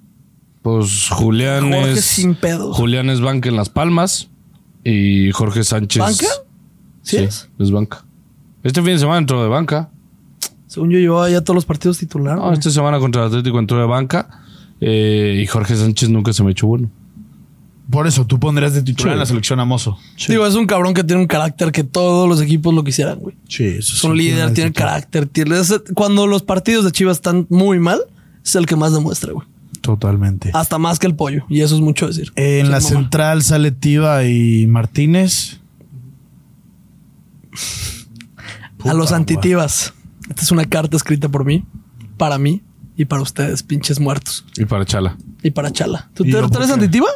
Speaker 3: Pues Julián
Speaker 1: Jorge
Speaker 3: es.
Speaker 1: sin pedos.
Speaker 3: Julián es banca en Las Palmas y Jorge Sánchez.
Speaker 1: ¿Banca? ¿Sí
Speaker 3: Sí,
Speaker 1: es?
Speaker 3: es banca. Este fin de semana entró de banca.
Speaker 1: Según yo, llevaba ya todos los partidos titulares.
Speaker 2: Ah,
Speaker 3: No,
Speaker 2: este
Speaker 3: esta semana contra el Atlético entró de banca. eh, y Jorge Sánchez nunca se me echó bueno.
Speaker 2: Por eso, tú pondrías de titular
Speaker 3: Sí.
Speaker 2: en la selección a Mozo.
Speaker 1: Digo, es un cabrón que tiene un carácter que todos los equipos lo quisieran, güey.
Speaker 2: Sí, eso
Speaker 1: Es
Speaker 2: sí,
Speaker 1: un líder,
Speaker 2: de
Speaker 1: tiene
Speaker 2: titular.
Speaker 1: carácter. Tiene, es- cuando los partidos de Chivas están muy mal, es el que más demuestra, güey.
Speaker 2: Totalmente.
Speaker 1: Hasta más que el pollo. Y eso es mucho decir. Ah,
Speaker 2: En
Speaker 1: Sí, mamá.
Speaker 2: la central sale Tiva y Martínez.
Speaker 1: A los
Speaker 2: Puta,
Speaker 1: antitivas. Esta es una carta escrita por mí, para mí y para ustedes, pinches muertos.
Speaker 3: Y para Chala.
Speaker 1: Y para Chala. ¿Tú,
Speaker 2: ¿Y
Speaker 1: te-
Speaker 2: yo
Speaker 1: tú
Speaker 2: por
Speaker 1: eres
Speaker 2: qué?
Speaker 1: antitiva?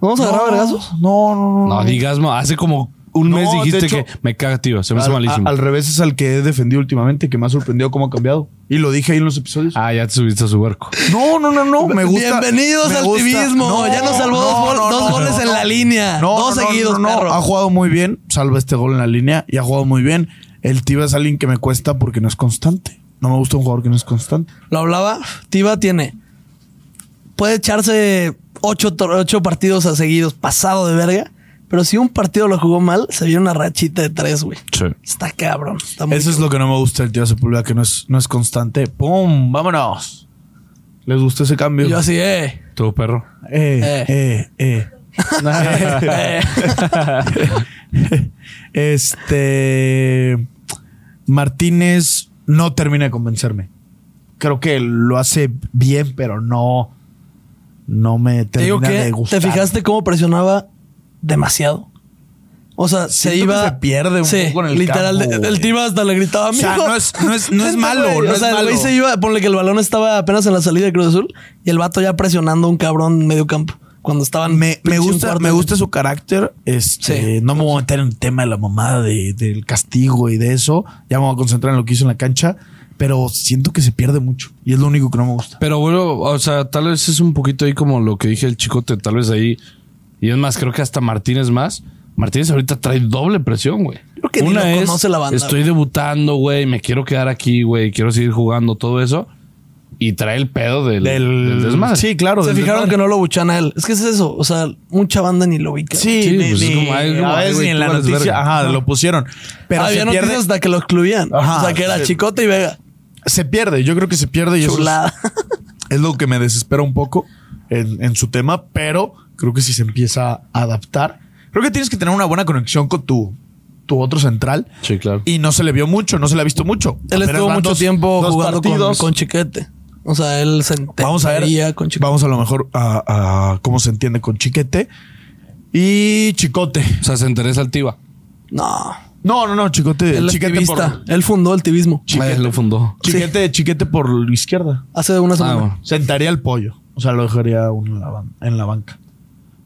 Speaker 1: ¿Vamos a agarrar vergazos?
Speaker 2: No, no, no.
Speaker 3: No, digas, no, hace como un
Speaker 2: No,
Speaker 3: mes
Speaker 2: de
Speaker 3: dijiste
Speaker 2: hecho-
Speaker 3: que me caga, tío. Se me hace
Speaker 2: Al,
Speaker 3: malísimo.
Speaker 2: a- al revés es al que he defendido últimamente, que me ha sorprendido cómo ha cambiado. Y lo dije ahí en los episodios.
Speaker 3: Ah, ya te subiste a su barco.
Speaker 2: No, no, no, no. Me gusta.
Speaker 1: Bienvenidos
Speaker 2: me
Speaker 1: al
Speaker 2: gusta.
Speaker 1: activismo. Ya nos salvó dos gol- dos goles en la línea. Dos seguidos, perro.
Speaker 2: Ha jugado muy bien. Salva este gol en la línea y ha jugado muy bien. El Tiva es alguien que me cuesta porque no es constante. No me gusta un jugador que no es constante.
Speaker 1: Lo hablaba. Tiva tiene. Puede echarse ocho, tor- ocho partidos a seguidos, pasado de verga. Pero si un partido lo jugó mal, se vio una rachita de tres, güey.
Speaker 3: Sí.
Speaker 1: Está cabrón. Está muy
Speaker 2: Eso es lo que no me gusta del Tiva Sepúlveda, que no es, no es constante. ¡Pum! ¡Vámonos! ¿Les gustó ese cambio?
Speaker 1: Yo así, eh.
Speaker 3: Tu perro.
Speaker 2: Eh, eh, eh.
Speaker 1: eh.
Speaker 2: este. Martínez no termina de convencerme. Creo que lo hace bien, pero no. No me
Speaker 1: Te digo
Speaker 2: termina de
Speaker 1: que
Speaker 2: gustar.
Speaker 1: te fijaste cómo presionaba demasiado. O sea, se
Speaker 2: Siento que
Speaker 1: iba.
Speaker 2: se pierde un poco en el
Speaker 1: literal.
Speaker 2: campo,
Speaker 1: el-
Speaker 2: güey.
Speaker 1: el Tiva hasta le gritaba
Speaker 2: O sea,
Speaker 1: "Mijo".
Speaker 2: no es- no es- no es
Speaker 1: Vente,
Speaker 2: malo,
Speaker 1: güey.
Speaker 2: no
Speaker 1: o
Speaker 2: es
Speaker 1: sea, el güey
Speaker 2: malo.
Speaker 1: se iba, ponle que el balón estaba apenas en la salida de Cruz Azul y el vato ya presionando a un cabrón en medio campo. Cuando estaban.
Speaker 2: Me, me
Speaker 1: pinche un
Speaker 2: gusta,
Speaker 1: cuarto
Speaker 2: me
Speaker 1: de-
Speaker 2: gusta su carácter. Este,
Speaker 1: Sí.
Speaker 2: no me voy a meter en el tema de la mamada de- del castigo y de eso. Ya me voy a concentrar en lo que hizo en la cancha. Pero siento que se pierde mucho. Y es lo único que no me gusta.
Speaker 3: Pero bueno, o sea, tal vez es un poquito ahí como lo que dije el chicote, tal vez ahí. Y es más, creo que hasta Martínez más. Martínez ahorita trae doble presión, güey.
Speaker 1: Creo que ni lo conoce la banda,
Speaker 3: estoy debutando, güey, me quiero quedar aquí, güey, quiero seguir jugando todo eso. Y trae el pedo del,
Speaker 2: Del-
Speaker 3: del desmadre.
Speaker 2: Sí, claro.
Speaker 1: Se
Speaker 2: del
Speaker 1: fijaron
Speaker 2: desmadre.
Speaker 1: que no lo buchan a él. Es que es eso. O sea, mucha banda ni lo ubica.
Speaker 2: Sí,
Speaker 3: Sí,
Speaker 2: ni-
Speaker 3: pues es
Speaker 2: ni-
Speaker 3: como, ay, como,
Speaker 2: a
Speaker 3: ay,
Speaker 2: veces
Speaker 3: güey,
Speaker 2: ni en
Speaker 3: tú
Speaker 2: la
Speaker 3: vales
Speaker 2: noticia,
Speaker 3: verga.
Speaker 2: ajá, lo pusieron. Pero
Speaker 1: Había
Speaker 2: se
Speaker 1: noticias
Speaker 2: pierde,
Speaker 1: hasta que lo excluían.
Speaker 2: Ajá,
Speaker 1: o sea, que era
Speaker 2: sí.
Speaker 1: chicote y Vega.
Speaker 2: se pierde, yo creo que se pierde y eso
Speaker 1: Chulada.
Speaker 2: es, es lo que me desespera un poco en, en su tema, pero creo que si se empieza a adaptar, creo que tienes que tener una buena conexión con tu, tu otro central.
Speaker 3: Sí, claro.
Speaker 2: Y no se le vio mucho, no se le ha visto mucho.
Speaker 1: Él
Speaker 2: Apenas
Speaker 1: estuvo
Speaker 2: van
Speaker 1: mucho
Speaker 2: dos-
Speaker 1: tiempo
Speaker 2: dos
Speaker 1: jugando con,
Speaker 2: partidos.
Speaker 1: con Chiquete. O sea, él se
Speaker 2: Vamos a ver.
Speaker 1: entendería con Chiquete.
Speaker 2: Vamos a lo mejor a, a cómo se entiende con Chiquete y Chicote.
Speaker 3: O sea, se interesa el Tiva.
Speaker 1: No.
Speaker 2: No, no, no, Chicote.
Speaker 1: Él es
Speaker 2: chiquete por-
Speaker 1: activista. Él fundó el tibismo
Speaker 3: Ay, lo fundó. Ah,
Speaker 2: Chiquete, chiquete por la izquierda.
Speaker 1: hace una semana.
Speaker 3: bueno.
Speaker 2: Sentaría el pollo. O sea, lo dejaría uno en la, ban- en la banca.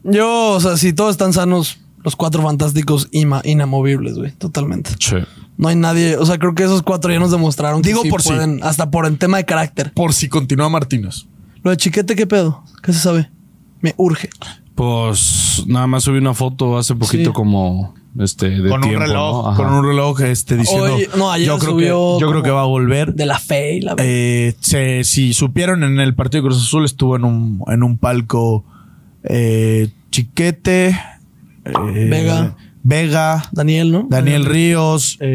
Speaker 1: Yo, o sea, si todos están sanos, los cuatro fantásticos ima- inamovibles, güey. Totalmente.
Speaker 3: Sí.
Speaker 1: No hay nadie. O sea, creo que esos cuatro ya nos demostraron que
Speaker 2: Digo por sí.
Speaker 1: pueden, hasta por el tema de carácter.
Speaker 2: Por si continúa Martínez.
Speaker 1: Lo de Chiquete, ¿qué pedo? ¿Qué se sabe? Me urge.
Speaker 3: Pues nada más subí una foto hace poquito
Speaker 1: Sí.
Speaker 3: como este de
Speaker 2: Con
Speaker 3: tiempo,
Speaker 2: un reloj,
Speaker 3: ¿no? Ajá.
Speaker 2: con un reloj este, diciendo.
Speaker 1: Hoy- no, ayer
Speaker 2: yo creo,
Speaker 1: subió
Speaker 2: que, yo creo
Speaker 1: como-
Speaker 2: que va a volver.
Speaker 1: De la fe y la
Speaker 2: Eh, se- si supieron en el partido de Cruz Azul, estuvo en un, en un palco eh, Chiquete, eh,
Speaker 1: Vega.
Speaker 2: Vega,
Speaker 1: Daniel, ¿no?
Speaker 2: Daniel Ríos, eh,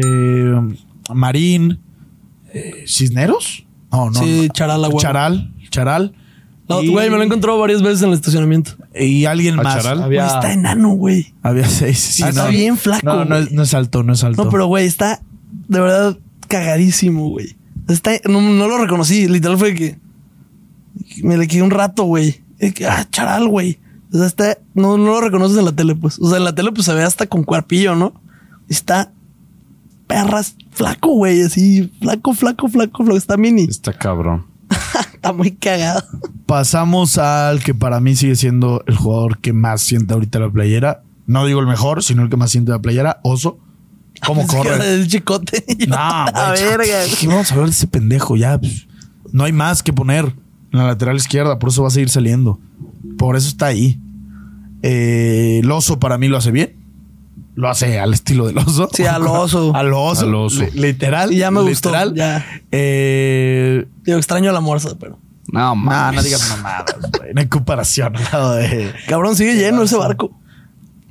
Speaker 2: Marín, eh, Cisneros. No, no.
Speaker 1: Sí,
Speaker 2: no.
Speaker 1: Charal, a huevo.
Speaker 2: Charal, Charal.
Speaker 1: No,
Speaker 2: Y-
Speaker 1: Güey, me lo he encontrado varias veces en el estacionamiento.
Speaker 2: Y alguien
Speaker 3: ¿A
Speaker 2: más.
Speaker 3: Charal?
Speaker 1: Güey,
Speaker 2: Había,
Speaker 1: está enano, güey.
Speaker 2: había seis. Sí,
Speaker 1: Ah, está bien flaco,
Speaker 2: No, no
Speaker 1: güey.
Speaker 2: es, no es alto, no es alto.
Speaker 1: No, pero güey, está de verdad cagadísimo, güey. Está, no, no lo reconocí, literal fue que me le quedé un rato, güey. Y que, Ah, charal, güey. O sea, está, no, no lo reconoces en la tele, pues. O sea, en la tele pues se ve hasta con cuerpillo, ¿no? Está perras flaco, güey, así flaco, flaco, flaco, flaco. Está mini.
Speaker 3: Está cabrón.
Speaker 1: Está muy cagado.
Speaker 2: Pasamos al que para mí sigue siendo el jugador que más siente ahorita la playera. No digo el mejor, sino el que más siente la playera. Oso. ¿Cómo
Speaker 1: Pensé que era
Speaker 2: corre?
Speaker 1: El chicote.
Speaker 2: No,
Speaker 1: a
Speaker 2: güey,
Speaker 1: verga.
Speaker 2: ¿qué Vamos a hablar de ese pendejo ya. pues? No hay más que poner en la lateral izquierda. Por eso va a seguir saliendo. Por eso está ahí. Eh, el oso para mí lo hace bien. Lo hace al estilo del oso.
Speaker 1: Sí, al oso.
Speaker 2: al oso.
Speaker 3: Al oso.
Speaker 2: Li- literal.
Speaker 1: Y ya me gustó,
Speaker 2: literal.
Speaker 1: ya.
Speaker 2: Eh,
Speaker 1: Digo, extraño la morsa, pero.
Speaker 3: No,
Speaker 2: no,
Speaker 1: Ah,
Speaker 3: mames.
Speaker 2: no digas mamadas, güey. No hay comparación al lado de.
Speaker 1: Cabrón, sigue lleno ese barco.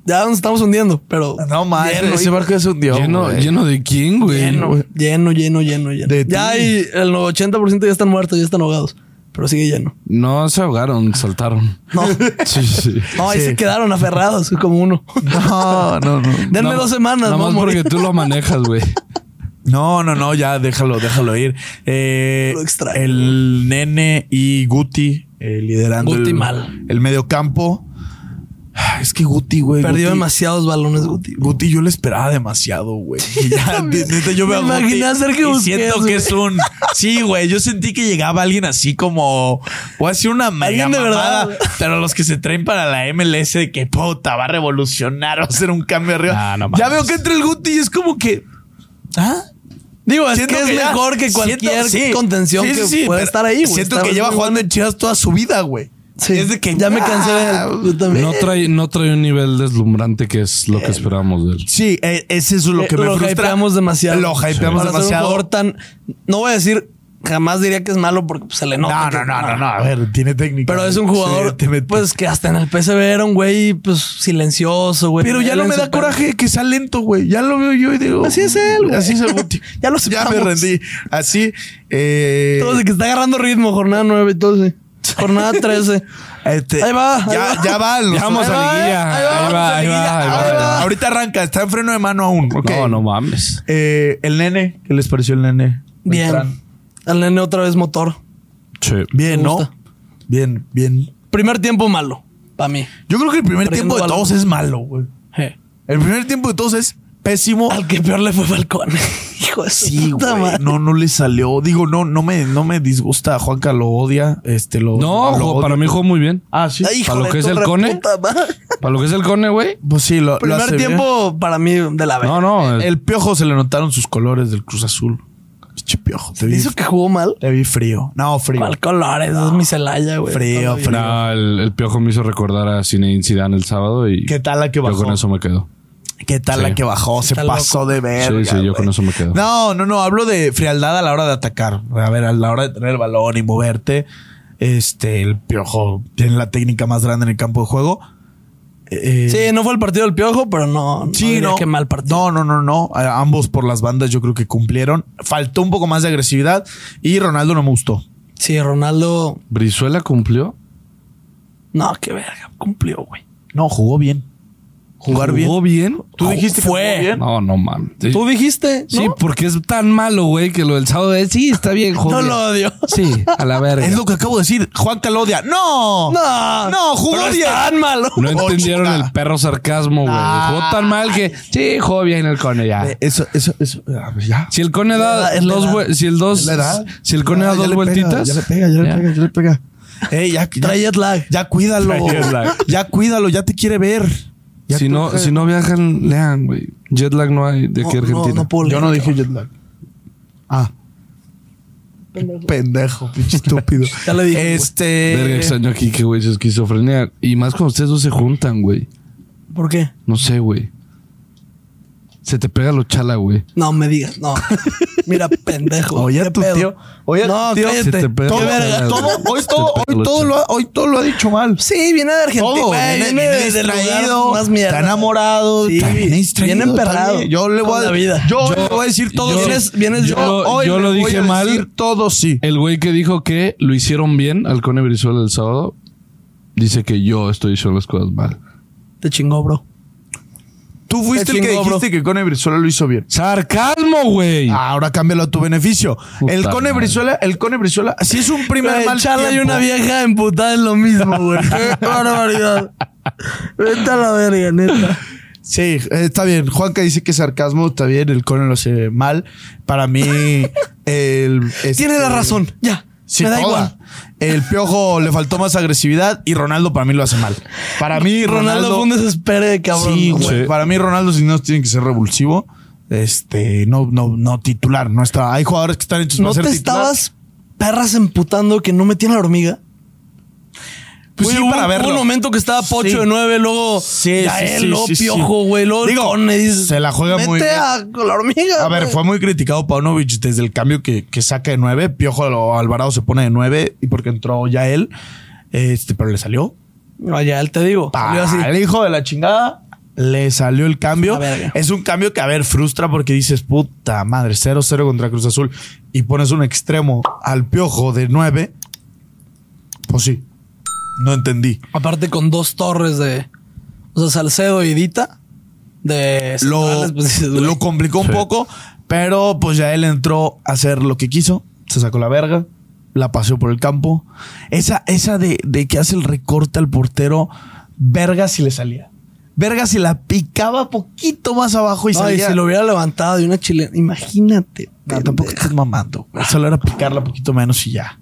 Speaker 1: Ya nos estamos hundiendo, pero.
Speaker 2: No mames,
Speaker 1: Lleno,
Speaker 2: ese
Speaker 1: hijo.
Speaker 2: barco es un dios.
Speaker 3: Lleno, lleno de quién, güey.
Speaker 1: Lleno, lleno, lleno, lleno, lleno.
Speaker 2: De
Speaker 1: ya
Speaker 2: ti.
Speaker 1: hay el 80% ya están muertos, ya están ahogados. Pero sigue lleno.
Speaker 3: No se ahogaron, saltaron.
Speaker 1: No,
Speaker 3: Sí, sí.
Speaker 1: no ahí
Speaker 2: Sí.
Speaker 1: se quedaron aferrados como uno.
Speaker 2: No, no, no.
Speaker 1: Denme
Speaker 3: Nada-
Speaker 1: dos semanas,
Speaker 3: Nada
Speaker 1: no
Speaker 3: más porque tú lo manejas, güey.
Speaker 2: No, no, no, ya déjalo, déjalo ir. Eh,
Speaker 1: Lo extraño.
Speaker 2: el nene y Guti eh, liderando
Speaker 1: Guti
Speaker 2: el,
Speaker 1: mal.
Speaker 2: el medio campo. Es que Guti, güey.
Speaker 1: Perdió
Speaker 2: Guti,
Speaker 1: demasiados balones, Guti.
Speaker 2: Guti, yo le esperaba demasiado, güey. Ya,
Speaker 1: también.
Speaker 2: neta, yo me
Speaker 1: Me imaginé a Sergio Busquets,
Speaker 2: siento
Speaker 1: güey.
Speaker 2: que es un. Sí, güey. Yo sentí que llegaba alguien así como. Voy a decir una mega
Speaker 1: Alguien de
Speaker 2: mamada,
Speaker 1: verdad.
Speaker 2: Pero los que se traen para la MLS, de que puta, va a revolucionar, va a hacer un cambio arriba.
Speaker 3: Ah, no
Speaker 2: ya
Speaker 3: mames.
Speaker 2: veo que entra el Guti y es como que. ¿Ah?
Speaker 1: Digo, es
Speaker 2: Siento
Speaker 1: que es
Speaker 2: ya-
Speaker 1: mejor que
Speaker 2: siento-
Speaker 1: cualquier
Speaker 2: sí.
Speaker 1: contención
Speaker 2: Sí, sí,
Speaker 1: que
Speaker 2: sí,
Speaker 1: pueda
Speaker 2: pero
Speaker 1: estar ahí, güey.
Speaker 2: Siento
Speaker 1: Está
Speaker 2: que lleva
Speaker 1: muy
Speaker 2: jugando en Chivas toda su vida, güey.
Speaker 1: Sí.
Speaker 2: Es de que "Ah,
Speaker 1: Ya me cansé de él. Yo también.
Speaker 3: No trae, no trae un nivel deslumbrante que es lo que esperábamos de él.
Speaker 2: Sí, eh, es eso lo que
Speaker 1: Eh,
Speaker 2: me
Speaker 1: lo
Speaker 2: frustra.
Speaker 1: hypeamos demasiado.
Speaker 2: Lo hypeamos
Speaker 1: Para ser un
Speaker 2: demasiado.
Speaker 1: jugador tan. No voy a decir, jamás diría que es malo porque pues, se le nota.
Speaker 2: No,
Speaker 1: que-
Speaker 2: no, no, no, no. A ver, tiene técnica.
Speaker 1: Pero es un jugador,
Speaker 2: Sí, te metes.
Speaker 1: pues que hasta en el PSV era un güey, pues silencioso, güey.
Speaker 2: pero ya no
Speaker 1: Él
Speaker 2: me
Speaker 1: en
Speaker 2: da
Speaker 1: su per-
Speaker 2: coraje que sea lento, güey. Ya lo veo yo y digo.
Speaker 1: Así es él, güey.
Speaker 2: Así es el Guti.
Speaker 1: Ya lo
Speaker 2: Ya
Speaker 1: aceptamos.
Speaker 2: me rendí. Así. eh,
Speaker 1: Todo de que está agarrando ritmo, jornada 9, 12. Jornada 13.
Speaker 2: este,
Speaker 1: Ahí va, ahí
Speaker 2: Ya,
Speaker 1: va.
Speaker 2: ya va. los-
Speaker 3: Ya vamos
Speaker 2: Ahí
Speaker 3: a
Speaker 2: va,
Speaker 3: liguilla.
Speaker 2: ahí va,
Speaker 3: Ahí
Speaker 2: vamos
Speaker 3: va,
Speaker 2: a
Speaker 3: ahí va,
Speaker 2: liguilla.
Speaker 3: ahí va.
Speaker 2: Ahorita- Ahorita arranca. Está en freno de mano aún. ok.
Speaker 3: No, no mames.
Speaker 2: Eh, el nene, ¿qué les pareció el nene?
Speaker 1: Bien.
Speaker 2: Beltrán.
Speaker 1: Al nene otra vez motor.
Speaker 3: Sí.
Speaker 2: Bien,
Speaker 1: Me
Speaker 2: ¿no?
Speaker 1: gusta.
Speaker 2: Bien, bien.
Speaker 1: Primer tiempo malo, para mí.
Speaker 2: Yo creo que el primer
Speaker 1: Pero
Speaker 2: tiempo
Speaker 1: no
Speaker 2: de
Speaker 1: vale.
Speaker 2: todos es malo, güey.
Speaker 1: Eh.
Speaker 2: El primer tiempo de todos es pésimo.
Speaker 1: Al que peor le fue Falcón. Hijo de su
Speaker 2: Sí,
Speaker 1: puta
Speaker 2: güey.
Speaker 1: madre.
Speaker 2: No, no le salió. Digo, no, no me, no me disgusta. Juanca lo odia. Este lo.
Speaker 3: No,
Speaker 2: lo
Speaker 3: jo-
Speaker 2: odio.
Speaker 3: para mí jugó muy bien.
Speaker 2: Ah, sí.
Speaker 1: Ay, hijo
Speaker 3: ¿Para lo
Speaker 1: de
Speaker 3: que es
Speaker 1: tu
Speaker 3: el
Speaker 1: re
Speaker 3: Cone?
Speaker 1: puta madre.
Speaker 3: Para lo que es el cone, güey.
Speaker 2: Pues sí, lo. lo hace
Speaker 1: Primer
Speaker 2: bien.
Speaker 1: tiempo para mí de la verga.
Speaker 3: No, no. eh,
Speaker 2: El piojo se le notaron sus colores del Cruz Azul. Pinche piojo. Te vi,
Speaker 1: Hizo que jugó mal.
Speaker 2: te vi frío. No, frío.
Speaker 1: ¿Cuál colores? Es mi Celaya, güey.
Speaker 2: Frío,
Speaker 1: Todavía.
Speaker 2: frío.
Speaker 3: no, el, el piojo me hizo recordar a Zinedine Zidane el sábado y
Speaker 2: ¿Qué tal la que
Speaker 3: yo
Speaker 2: bajó?
Speaker 3: con eso me quedo.
Speaker 2: ¿Qué tal
Speaker 3: Sí.
Speaker 2: la que bajó? Se
Speaker 1: Está loco.
Speaker 2: pasó de verga.
Speaker 3: Sí, sí, yo
Speaker 2: güey.
Speaker 3: con eso me quedo.
Speaker 2: No, no, no. Hablo de frialdad a la hora de atacar. A ver, a la hora de tener el balón y moverte. Este, el piojo tiene la técnica más grande en el campo de juego. Eh,
Speaker 1: Sí, no fue el partido del piojo, pero no. no
Speaker 2: Sí,
Speaker 1: diría
Speaker 2: no.
Speaker 1: que mal partido.
Speaker 2: No, no, no, no. A- ambos por las bandas yo creo que cumplieron. Faltó un poco más de agresividad y Ronaldo no me gustó.
Speaker 1: Sí, Ronaldo.
Speaker 3: ¿Brizuela cumplió?
Speaker 1: No, qué verga. Cumplió, güey.
Speaker 2: No, jugó bien. Jugar
Speaker 3: ¿Jugó bien?
Speaker 2: ¿Tú dijiste que
Speaker 1: fue.
Speaker 2: jugó bien?
Speaker 3: No, no mames.
Speaker 1: Tú dijiste.
Speaker 3: Sí,
Speaker 1: ¿no?
Speaker 3: porque es tan malo, güey, que lo del sábado es, sí, está bien, jugó
Speaker 1: No
Speaker 3: bien.
Speaker 1: lo odio.
Speaker 3: Sí, a la verga.
Speaker 2: Es lo que acabo de decir. Juan Calodia. ¡No!
Speaker 1: No.
Speaker 2: No, jugó
Speaker 1: pero es
Speaker 2: bien.
Speaker 1: tan malo.
Speaker 3: No entendieron
Speaker 2: chica.
Speaker 3: el perro sarcasmo, güey.
Speaker 2: Ah.
Speaker 3: Jugó tan mal que, sí, jugó bien el cone ya.
Speaker 2: Eh, Eso, eso, eso. ah, pues Ya.
Speaker 3: Si el cone da
Speaker 1: Es la
Speaker 3: dos,
Speaker 1: edad.
Speaker 3: vue- si el dos,
Speaker 2: Es la edad.
Speaker 3: si el cone
Speaker 2: Ah,
Speaker 3: da
Speaker 2: ya
Speaker 3: dos
Speaker 2: le pega,
Speaker 3: vueltitas.
Speaker 2: ya le pega, ya le pega, ya le pega. Ey, ya, ya,
Speaker 1: Trae jet lag.
Speaker 2: ya cuídalo.
Speaker 3: Trae jet lag.
Speaker 2: Ya cuídalo, ya te quiere ver. Ya
Speaker 3: Si
Speaker 2: tú-
Speaker 3: no, si no viajan, lean, güey. Jet lag no hay de aquí a
Speaker 1: No, no,
Speaker 3: Argentina.
Speaker 1: no puedo
Speaker 2: Yo
Speaker 1: leer,
Speaker 2: no
Speaker 1: cabrón.
Speaker 2: dije jet lag. Ah. Pendejo, pinche estúpido.
Speaker 1: Ya le dije,
Speaker 2: Este.
Speaker 3: Verga, extraño aquí que, güey, es esquizofrenia. Y más cuando ustedes dos se juntan, güey.
Speaker 1: ¿Por qué?
Speaker 3: No sé, güey. Se te pega lo chala, güey.
Speaker 1: No me digas, no. Mira, pendejo.
Speaker 2: Oye,
Speaker 1: ¿qué
Speaker 2: tu
Speaker 1: pedo?
Speaker 2: tío. Oye,
Speaker 1: no,
Speaker 2: tu tío.
Speaker 1: cállate.
Speaker 3: Se te pega
Speaker 1: Qué
Speaker 3: la
Speaker 1: verga,
Speaker 3: cara,
Speaker 1: todo-
Speaker 2: Todo, hoy, todo, hoy, todo lo ha, hoy todo lo ha dicho mal.
Speaker 1: Sí, viene de Argentina.
Speaker 2: Todo.
Speaker 1: güey,
Speaker 2: Viene,
Speaker 1: viene,
Speaker 2: viene
Speaker 1: de- del lugar
Speaker 2: distraído,
Speaker 1: más mierda.
Speaker 2: está enamorado,
Speaker 1: Sí,
Speaker 2: está bien distraído,
Speaker 1: viene
Speaker 2: está
Speaker 1: emperrado
Speaker 2: bien. Yo le voy
Speaker 1: con
Speaker 2: a,
Speaker 1: la vida.
Speaker 2: Yo, le voy a decir todo.
Speaker 3: yo-
Speaker 2: sí.
Speaker 1: vienes- vienes-
Speaker 3: yo,
Speaker 1: yo-
Speaker 2: hoy
Speaker 3: yo
Speaker 2: le
Speaker 3: lo
Speaker 2: voy
Speaker 3: dije
Speaker 2: a
Speaker 3: mal.
Speaker 2: decir todo sí.
Speaker 3: El güey que dijo que lo hicieron bien al Cone Brizuela el sábado dice que yo estoy diciendo las cosas mal.
Speaker 1: Te chingó, bro.
Speaker 2: Tú fuiste
Speaker 1: Te
Speaker 2: el que
Speaker 1: chingó, bro.
Speaker 2: dijiste que Cone Brizuela lo hizo bien.
Speaker 3: ¡Sarcasmo, güey!
Speaker 2: Ahora cámbialo a tu beneficio.
Speaker 3: Puta
Speaker 2: el Cone
Speaker 3: madre.
Speaker 2: Brizuela, el Cone Brizuela, si es un primer
Speaker 1: Güey,
Speaker 2: mal
Speaker 1: Charla y
Speaker 2: tiempo.
Speaker 1: una vieja emputada es lo mismo, güey. Qué barbaridad. Vete a la verga, neta.
Speaker 2: Sí, eh, está bien. Juanca dice que sarcasmo está bien, el Cone lo hace mal. Para mí, el.
Speaker 1: Tiene
Speaker 2: este,
Speaker 1: la razón, ya.
Speaker 2: Sí,
Speaker 1: me da
Speaker 2: toda.
Speaker 1: igual.
Speaker 2: El piojo le faltó más agresividad y Ronaldo para mí lo hace mal. Para mí,
Speaker 1: Y Ronaldo,
Speaker 2: Ronaldo.
Speaker 1: fue un desespere, cabrón.
Speaker 2: sí, güey.
Speaker 3: Sí.
Speaker 2: Para mí, Ronaldo, si no tiene que ser revulsivo, este, no, no, no titular. No está. Hay jugadores que están hechos
Speaker 1: ¿No
Speaker 2: para
Speaker 1: te
Speaker 2: ser titular.
Speaker 1: estabas perras emputando que no metían la hormiga?
Speaker 2: Pues
Speaker 1: Güey,
Speaker 2: sí,
Speaker 1: hubo
Speaker 2: para
Speaker 1: un-
Speaker 2: verlo.
Speaker 1: hubo un momento que estaba Pocho
Speaker 2: Sí.
Speaker 1: de 9, luego
Speaker 2: Sí,
Speaker 1: ya
Speaker 2: sí,
Speaker 1: él,
Speaker 2: sí,
Speaker 1: luego
Speaker 2: sí, sí.
Speaker 1: Piojo, güey, luego
Speaker 2: Digo,
Speaker 1: Digo,
Speaker 2: se la juega muy bien.
Speaker 1: a la hormiga.
Speaker 2: A ver,
Speaker 1: güey".
Speaker 2: fue muy criticado Paunovic desde el cambio que, que saca de 9. Piojo lo- Alvarado se pone de 9 y porque entró ya él. Este, pero le salió.
Speaker 1: No, ya él te digo. salió así.
Speaker 2: Al hijo de la chingada. Le salió el cambio.
Speaker 1: La verga.
Speaker 2: Es un cambio que, a ver, frustra porque dices, puta madre, 0-0 contra Cruz Azul y pones un extremo al piojo de 9. Pues sí, no entendí.
Speaker 1: Aparte con dos torres de. O sea, Salcedo y Dita. De
Speaker 2: Lo,
Speaker 1: centrales, pues, dices, güey,
Speaker 2: lo complicó un
Speaker 3: Sí.
Speaker 2: poco, pero pues ya él entró a hacer lo que quiso. Se sacó la verga, la paseó por el campo. Esa, esa de, de que hace el recorte al portero, verga si le salía. Verga si la picaba poquito más abajo y
Speaker 1: no, y
Speaker 2: salía.
Speaker 1: si lo hubiera levantado de una chilena. Imagínate.
Speaker 2: No, tampoco
Speaker 1: pendejo.
Speaker 2: estás mamando. güey. Solo era picarla poquito menos y ya.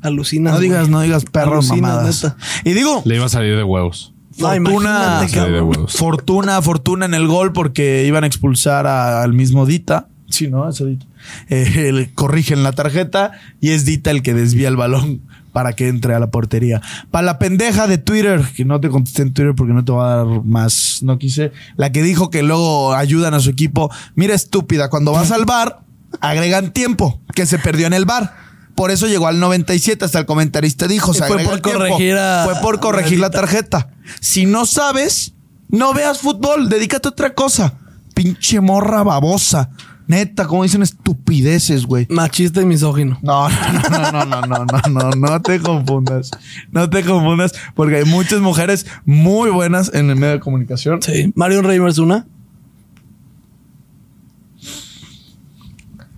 Speaker 1: Alucinas.
Speaker 2: No digas,
Speaker 1: güey.
Speaker 2: no digas perros
Speaker 1: Alucinas,
Speaker 2: mamadas.
Speaker 1: neta.
Speaker 2: Y digo,
Speaker 3: Le iba a salir de huevos.
Speaker 1: No,
Speaker 2: fortuna,
Speaker 1: imagínate,
Speaker 3: Sí, de
Speaker 1: cabrón.
Speaker 3: huevos.
Speaker 2: fortuna, fortuna en el gol porque iban a expulsar a- al mismo Dita. Sí, ¿no? Ese Dita. Eh, le corrigen la tarjeta y es Dita el que desvía el balón para que entre a la portería. Para la pendeja de Twitter, que no te contesté en Twitter porque no te va a dar más, no quise. La que dijo que luego ayudan a su equipo. Mira, estúpida, cuando vas al bar, agregan tiempo que se perdió en el bar. Por eso llegó al 97, hasta el comentarista dijo. se
Speaker 1: Y fue
Speaker 2: agrega
Speaker 1: por
Speaker 2: el tiempo.
Speaker 1: corregir a-
Speaker 2: Fue por corregir la
Speaker 1: Dita.
Speaker 2: tarjeta. Si no sabes, no veas fútbol, dedícate a otra cosa. Pinche morra babosa. Neta, como dicen estupideces, güey.
Speaker 1: Machista y misógino.
Speaker 2: No, no, no, no, no, no, no, no, no te confundas. No te confundas, porque hay muchas mujeres muy buenas en el medio de comunicación.
Speaker 1: Sí. Mario Reimers, una.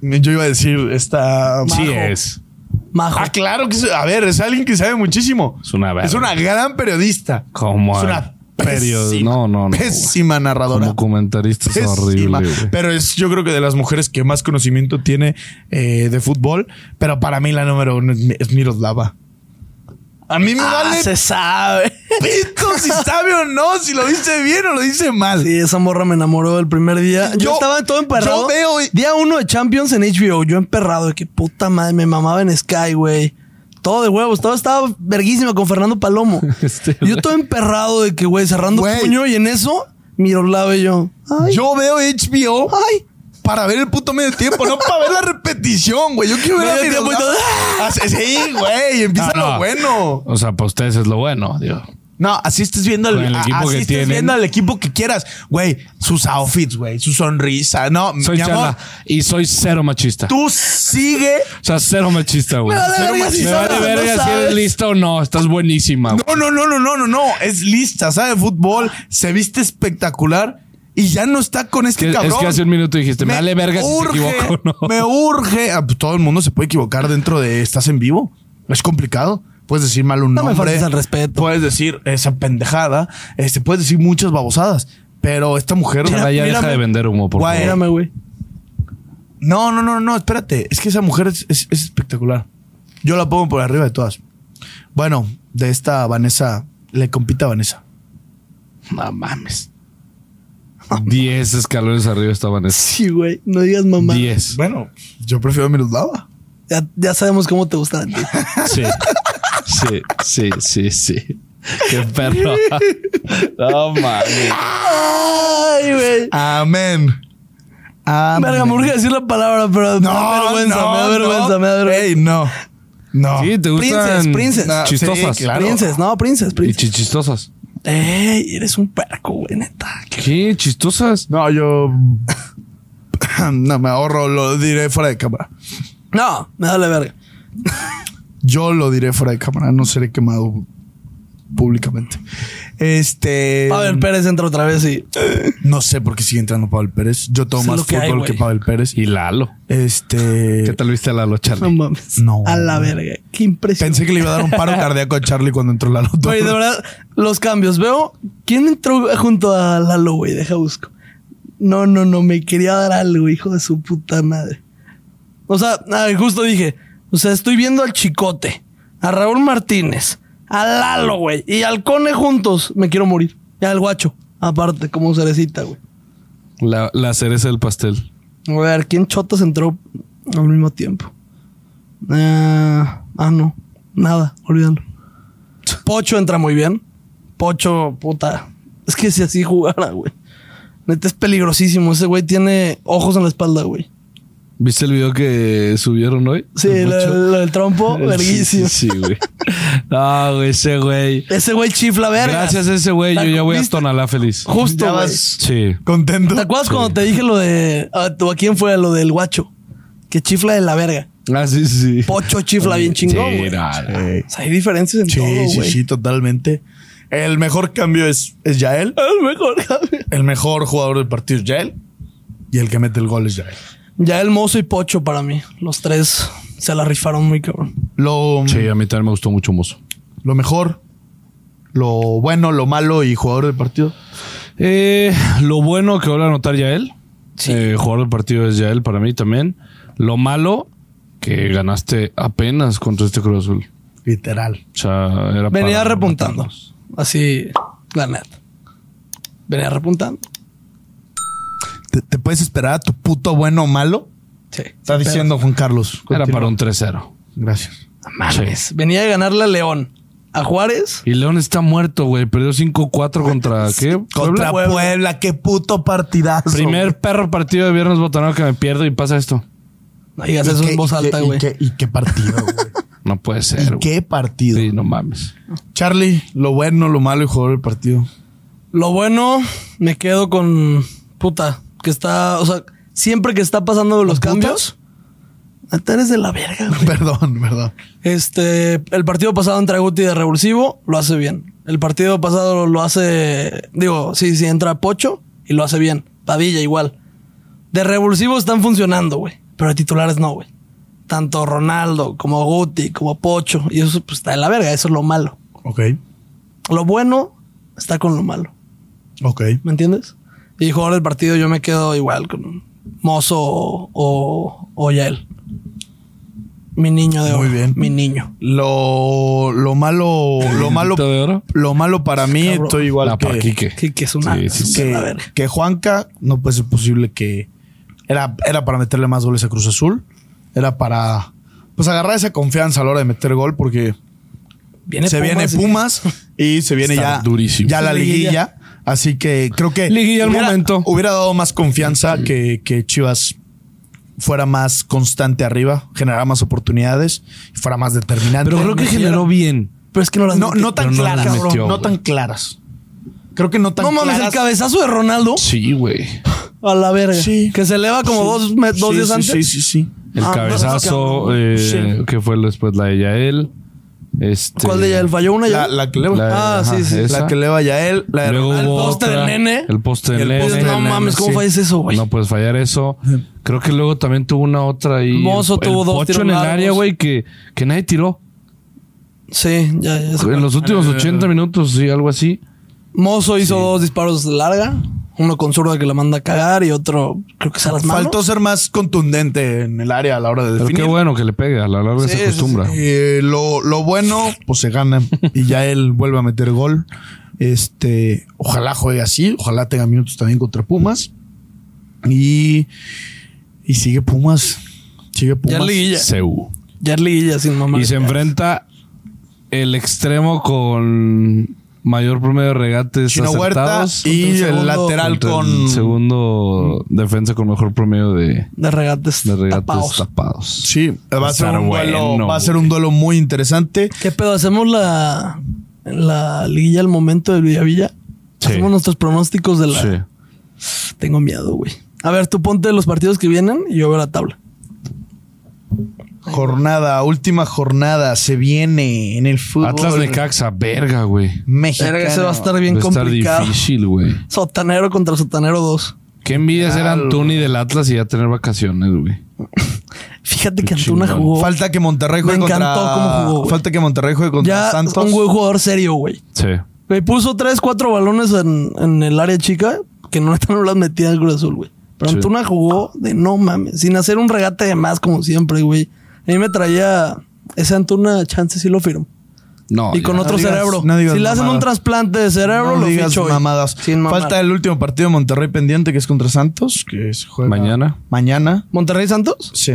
Speaker 2: Yo iba a decir, esta...
Speaker 3: Sí
Speaker 2: Majo.
Speaker 3: es.
Speaker 1: Majo.
Speaker 2: Ah, claro que es- A ver, es alguien que sabe muchísimo.
Speaker 3: Es una verga.
Speaker 2: Es una gran periodista.
Speaker 3: Como
Speaker 2: Es
Speaker 3: a-
Speaker 2: una
Speaker 3: period-
Speaker 2: pésima,
Speaker 3: no, no, no,
Speaker 2: pésima narradora.
Speaker 3: Como comentarista es horrible,
Speaker 2: Pésima.
Speaker 3: güey.
Speaker 2: Pero es yo creo que de las mujeres que más conocimiento tiene eh, de fútbol. Pero para mí la número uno es Mi- es Miroslava. A mí me
Speaker 1: Ah,
Speaker 2: vale
Speaker 1: se sabe.
Speaker 2: pito si sabe o no, si lo dice bien o lo dice mal.
Speaker 1: Sí, esa morra me enamoró el primer día. Yo,
Speaker 2: Yo-
Speaker 1: estaba todo emperrado.
Speaker 2: yo veo y-
Speaker 1: Día uno de Champions en HBO. Yo emperrado. De que puta madre. Me mamaba en Sky, güey. Todo de huevos. Todo estaba verguísima con Fernando Palomo.
Speaker 3: Este,
Speaker 1: yo todo emperrado de que, güey, cerrando
Speaker 2: Güey.
Speaker 1: puño. Y en eso, Miroslava y yo. Ay,
Speaker 2: Yo veo HBO
Speaker 1: ay.
Speaker 2: para ver el puto medio tiempo, no para ver la repetición, güey. Yo quiero ver a
Speaker 1: Medio tiempo y
Speaker 2: Miroslava. Ah, sí, Sí, güey, empieza
Speaker 3: No,
Speaker 2: lo
Speaker 3: no.
Speaker 2: bueno.
Speaker 3: O sea, para ustedes es lo bueno, digo.
Speaker 2: No, así estás viendo al,
Speaker 3: Con el
Speaker 2: a-
Speaker 3: equipo
Speaker 2: así
Speaker 3: que
Speaker 2: estás
Speaker 3: tienen.
Speaker 2: viendo al equipo que quieras, güey. Sus outfits, güey, su sonrisa. No,
Speaker 3: Soy
Speaker 2: mi
Speaker 3: chala
Speaker 2: amor,
Speaker 3: y soy cero machista.
Speaker 2: tú sigue.
Speaker 3: O sea, cero machista, güey.
Speaker 1: Me vale
Speaker 3: Cero
Speaker 1: verga si eh".
Speaker 3: machista. Me
Speaker 1: sabes o
Speaker 3: vale
Speaker 1: no
Speaker 3: verga si
Speaker 1: sabes.
Speaker 3: eres lista o no. Estás buenísima, güey.
Speaker 2: No, no, no, no, no, no, no. Es lista, sabe fútbol, se viste espectacular y ya no está con este
Speaker 3: Que-
Speaker 2: cabrón.
Speaker 3: es que hace un minuto dijiste, me, vale verga si se equivoco o no.
Speaker 2: Me urge. Ah, pues, todo el mundo se puede equivocar dentro de estás en vivo. Es complicado. Puedes decir mal un
Speaker 1: No me
Speaker 2: nombre.
Speaker 1: faltes al respeto.
Speaker 2: Puedes decir esa pendejada. Este, puedes decir muchas babosadas. Pero esta mujer.
Speaker 3: Chala, ya deja
Speaker 1: mírame.
Speaker 3: de vender humo, por
Speaker 2: Guay,
Speaker 3: favor.
Speaker 1: Espérame, güey.
Speaker 2: No, no, no, no, espérate. Es que esa mujer es, es- es espectacular. Yo la pongo por arriba de todas. Bueno, de esta Vanessa, le compita a Vanessa.
Speaker 3: No mames. Diez escalones arriba estaban esas.
Speaker 1: Sí, güey. No digas mamá.
Speaker 3: Diez.
Speaker 2: Bueno, yo prefiero a Miroslava.
Speaker 1: Ya, ya sabemos cómo te gustan a ti.
Speaker 3: Sí. Sí, sí, sí, sí. Qué perro. No mames.
Speaker 1: Ay, güey.
Speaker 2: Amén. Amén.
Speaker 1: Verga, me urge decir la palabra, pero me da vergüenza, me da vergüenza,
Speaker 2: no.
Speaker 1: me da vergüenza.
Speaker 2: Ey, no. No.
Speaker 3: Sí, te
Speaker 1: Princes,
Speaker 3: gustan
Speaker 1: princes.
Speaker 2: Ah, sí,
Speaker 3: chistosas
Speaker 2: claro.
Speaker 1: Princes, no, princes,
Speaker 3: y
Speaker 1: princes.
Speaker 3: chichistosas.
Speaker 1: Ey, eres un perco, güey, neta.
Speaker 3: ¿Qué? ¿Chistosas?
Speaker 2: No, yo. no, me ahorro, lo diré fuera de cámara.
Speaker 1: No, me da la verga.
Speaker 2: Yo lo diré fuera de cámara, no seré quemado públicamente. Este.
Speaker 1: Pavel Pérez entra otra vez y...
Speaker 2: No sé por qué sigue entrando Pavel Pérez. Yo tomo
Speaker 1: Es
Speaker 2: más
Speaker 1: lo que hay,
Speaker 2: fútbol
Speaker 1: güey.
Speaker 2: que Pavel Pérez.
Speaker 3: Y Lalo. ¿Qué
Speaker 2: Este.
Speaker 3: tal viste a Lalo,
Speaker 1: No
Speaker 3: Charlie?
Speaker 1: mames.
Speaker 2: No.
Speaker 1: A la verga. Qué impresionante.
Speaker 2: Pensé que le iba a dar un paro cardíaco a Charlie cuando entró la nota.
Speaker 1: Güey, de verdad, los cambios. Veo. ¿Quién entró junto a Lalo, güey? Deja busco. No, no, no. Me quería dar algo, hijo de su puta madre. O sea, a ver, justo dije. O sea, estoy viendo al Chicote, a Raúl Martínez, a Lalo, güey, y al Cone juntos. Me quiero morir. Y al guacho, aparte, como cerecita, güey.
Speaker 3: La, la cereza del pastel.
Speaker 1: A ver, ¿quién chotas entró al mismo tiempo? Eh, ah, no. Nada, olvídalo. Pocho entra muy bien. Pocho, puta. Es que si así jugara, güey. Neta es peligrosísimo. Ese güey tiene ojos en la espalda, güey.
Speaker 3: ¿Viste el video que subieron hoy?
Speaker 1: Sí,
Speaker 3: De
Speaker 1: lo,
Speaker 3: Pocho.
Speaker 1: lo del trompo, verguísimo.
Speaker 3: Sí, sí, güey. No, güey, ese güey.
Speaker 1: Ese güey chifla verga.
Speaker 3: Gracias a ese güey, yo ya voy a Tonalá feliz.
Speaker 1: Justo,
Speaker 2: Ya
Speaker 1: güey.
Speaker 2: vas-
Speaker 3: Sí.
Speaker 2: Contento.
Speaker 1: ¿Te acuerdas cuando te dije lo de. ¿A, tú- a quién fue? Lo del guacho. Que chifla de la verga.
Speaker 3: Ah, sí, sí.
Speaker 1: Pocho chifla bien chingón,
Speaker 3: Sí,
Speaker 1: güey.
Speaker 3: no, no.
Speaker 1: O sea, hay diferencias en
Speaker 2: Sí,
Speaker 1: todo, güey.
Speaker 2: sí, sí, totalmente. El mejor cambio es, es Yael.
Speaker 1: A lo mejor, cabrón.
Speaker 2: El mejor jugador del partido es Yael. Y el que mete el gol es Yael.
Speaker 1: Ya el mozo y Pocho para mí. Los tres se la rifaron muy cabrón.
Speaker 2: Lo,
Speaker 3: Sí, a mí también me gustó mucho Mozo.
Speaker 2: lo mejor, lo bueno, lo malo y jugador del partido.
Speaker 3: Eh, lo bueno que vuelve a anotar Yael.
Speaker 1: Sí.
Speaker 3: Eh, jugador del partido es Yael para mí también. Lo malo que ganaste apenas contra este Cruz Azul.
Speaker 2: Literal.
Speaker 3: O sea, era
Speaker 1: Venía
Speaker 3: para
Speaker 1: repuntando.
Speaker 3: matarnos.
Speaker 1: Así, la neta. Venía repuntando.
Speaker 2: ¿Te, te puedes esperar a tu puto bueno o malo?
Speaker 1: Sí.
Speaker 2: Está diciendo Juan Carlos.
Speaker 3: Era
Speaker 2: Continúa.
Speaker 3: para un 3-0.
Speaker 2: Gracias.
Speaker 3: Sí.
Speaker 1: Mames. Venía de ganarle a León. A Juárez.
Speaker 3: Y León está muerto, güey. Perdió 5-4 contra ¿qué?
Speaker 2: Contra
Speaker 3: Puebla.
Speaker 2: Puebla, qué puto partidazo.
Speaker 3: Primer perro partido de viernes botanero que me pierdo y pasa esto.
Speaker 1: No digas
Speaker 2: güey.
Speaker 1: eso
Speaker 2: ¿Y qué-
Speaker 1: en voz
Speaker 2: y qué-
Speaker 1: alta,
Speaker 2: y
Speaker 1: güey.
Speaker 2: qué- ¿Y qué partido, güey?
Speaker 3: No puede
Speaker 2: ¿Y
Speaker 3: ser. güey.
Speaker 2: qué partido?
Speaker 3: Sí, no mames.
Speaker 2: Charlie, lo bueno, lo malo y jugador del partido.
Speaker 1: Lo bueno, me quedo con puta. Que está, o sea, siempre que está pasando los
Speaker 2: putas?
Speaker 1: cambios. Neta eres de la verga, güey.
Speaker 2: Perdón, perdón.
Speaker 1: Este, el partido pasado entra Guti de revulsivo, lo hace bien. El partido pasado lo hace, digo, sí, sí, entra Pocho y lo hace bien. Padilla igual. De revulsivo están funcionando, güey. Pero de titulares no, güey. Tanto Ronaldo como Guti, como Pocho. Y eso pues, está de la verga, eso es lo malo.
Speaker 2: Ok,
Speaker 1: Lo bueno está con lo malo,
Speaker 2: ok.
Speaker 1: ¿me entiendes? Y jugador del partido yo me quedo igual con Mozo o, o, o Yael. Mi niño de
Speaker 2: Muy
Speaker 1: oro,
Speaker 2: bien.
Speaker 1: Mi niño.
Speaker 2: Lo, lo malo, lo malo,
Speaker 3: ¿Grito de oro?
Speaker 2: lo malo para mí,
Speaker 1: Cabrón.
Speaker 2: estoy igual
Speaker 3: La Ah, para
Speaker 2: que,
Speaker 3: Quique.
Speaker 1: Que, que es una.
Speaker 3: Sí, sí,
Speaker 1: es una
Speaker 2: que,
Speaker 1: verga.
Speaker 2: que Juanca. No puede ser posible que era, era para meterle más goles a Cruz Azul. Era para pues agarrar esa confianza a la hora de meter gol, porque
Speaker 1: Viene
Speaker 2: se viene Pumas y se viene
Speaker 3: Está
Speaker 2: ya,
Speaker 3: durísimo.
Speaker 2: ya la
Speaker 1: Liguilla.
Speaker 2: liguilla. Así que creo que
Speaker 3: Liguilla al
Speaker 2: hubiera,
Speaker 3: momento.
Speaker 2: hubiera dado más confianza que, que Chivas fuera más constante arriba, generara más oportunidades, y fuera más determinante.
Speaker 3: Pero creo que generó bien.
Speaker 1: Pero es que no las
Speaker 2: no,
Speaker 1: mete.
Speaker 2: no tan
Speaker 3: Pero no las
Speaker 2: claras,
Speaker 3: metió,
Speaker 2: cabrón, no
Speaker 3: güey.
Speaker 2: tan claras. Creo que no tan
Speaker 1: No mames, el
Speaker 2: claras.
Speaker 1: cabezazo de Ronaldo
Speaker 3: Sí, güey.
Speaker 1: a la verga.
Speaker 2: Sí.
Speaker 1: Que se eleva como dos, me- dos
Speaker 2: Sí,
Speaker 1: días
Speaker 2: sí,
Speaker 1: antes.
Speaker 2: Sí, sí, sí.
Speaker 3: El
Speaker 1: Ah,
Speaker 3: cabezazo
Speaker 1: no,
Speaker 3: eh,
Speaker 2: sí.
Speaker 3: que fue después la de Yael. Este,
Speaker 1: ¿Cuál de ellas? ¿El falló una ya?
Speaker 2: La, la que le va.
Speaker 1: Ah, sí, sí.
Speaker 2: La que le vaya a él, la de
Speaker 3: Luego
Speaker 2: Ronaldo.
Speaker 3: hubo
Speaker 1: el poste
Speaker 3: otra,
Speaker 1: del nene.
Speaker 3: El poste del
Speaker 2: El
Speaker 3: nene.
Speaker 2: poste del
Speaker 1: no
Speaker 2: nene,
Speaker 1: mames, ¿cómo
Speaker 2: sí.
Speaker 1: falla eso, güey?
Speaker 3: No puedes fallar eso. Creo que luego también tuvo una otra ahí.
Speaker 1: Mozo
Speaker 3: El- el
Speaker 1: tuvo dos
Speaker 3: Pocho
Speaker 1: tiros
Speaker 3: en el
Speaker 1: largos.
Speaker 3: área, güey, que, que nadie tiró.
Speaker 1: Sí, ya, ya. sé.
Speaker 3: En los últimos
Speaker 1: Eh,
Speaker 3: 80 minutos y algo así.
Speaker 1: Mozo hizo dos disparos de larga. Uno con zurda que la manda a cagar y otro, creo que es a las manos.
Speaker 2: Faltó ser más contundente en el área a la hora de
Speaker 3: Pero
Speaker 2: definir.
Speaker 3: qué bueno que le pegue. A la larga
Speaker 1: Sí,
Speaker 3: se acostumbra.
Speaker 2: Eh, lo, lo bueno, pues se gana. Y ya él vuelve a meter gol. Este, ojalá juegue así. Ojalá tenga minutos también contra Pumas. Y, y sigue Pumas. Sigue Pumas.
Speaker 1: Ya es liguilla.
Speaker 3: Seú.
Speaker 1: Ya es liguilla sin mamá.
Speaker 3: Y se enfrenta el extremo con mayor promedio de regates
Speaker 2: Chino Huerta
Speaker 3: acertados.
Speaker 2: y
Speaker 1: Contra el
Speaker 2: el
Speaker 1: segundo.
Speaker 2: lateral
Speaker 3: Contra
Speaker 2: con.
Speaker 3: el segundo defensa con mejor promedio de,
Speaker 1: De regates.
Speaker 3: de regates
Speaker 1: tapados.
Speaker 3: tapados.
Speaker 2: Sí, va a ser
Speaker 3: estar
Speaker 2: un duelo,
Speaker 3: bueno,
Speaker 2: va a ser
Speaker 3: güey.
Speaker 2: un duelo muy interesante.
Speaker 1: ¿Qué pedo? ¿Hacemos la, la liguilla al momento de Villavilla?
Speaker 3: Sí.
Speaker 1: Hacemos nuestros pronósticos de la.
Speaker 3: Sí.
Speaker 1: Tengo miedo, güey. A ver, tú ponte los partidos que vienen y yo veo la tabla.
Speaker 2: Jornada, última jornada, se viene en el fútbol.
Speaker 3: Atlas de Caxa, verga, güey.
Speaker 2: México.
Speaker 1: Verga, ese va a estar bien
Speaker 3: Va a estar
Speaker 1: complicado.
Speaker 3: difícil, güey.
Speaker 1: Sotanero contra Sotanero 2.
Speaker 3: Qué envidia ser
Speaker 2: Claro.
Speaker 3: Antuni del Atlas y ya tener vacaciones, güey.
Speaker 1: Fíjate que
Speaker 3: Qué
Speaker 1: Antuna
Speaker 3: chingón.
Speaker 1: jugó.
Speaker 2: Falta que Monterrey juegue
Speaker 1: Me encantó
Speaker 2: contra
Speaker 1: cómo jugó, güey.
Speaker 2: Falta que Monterrey juegue contra
Speaker 1: ya
Speaker 2: Santos.
Speaker 1: un buen jugador serio, güey.
Speaker 3: Sí.
Speaker 1: Güey, puso 3, 4 balones en, en el área chica que no están las metidas el Cruz Azul, güey. Pero
Speaker 3: Sí.
Speaker 1: Antuna jugó de no mames, sin hacer un regate de más como siempre, güey. A mí me traía ese Antuna chance sí lo firmo.
Speaker 3: No.
Speaker 1: y con
Speaker 3: ya.
Speaker 1: otro
Speaker 2: digas-
Speaker 1: cerebro.
Speaker 2: no digas
Speaker 1: si le hacen
Speaker 2: mamadas.
Speaker 1: un trasplante de cerebro,
Speaker 2: No
Speaker 1: lo
Speaker 2: digas
Speaker 1: ficho. güey.
Speaker 2: mamadas.
Speaker 1: Sin mamar.
Speaker 2: Falta el último partido de Monterrey pendiente que es contra Santos, que se juega
Speaker 3: Mañana.
Speaker 2: Mañana,
Speaker 1: Monterrey Santos.
Speaker 2: sí.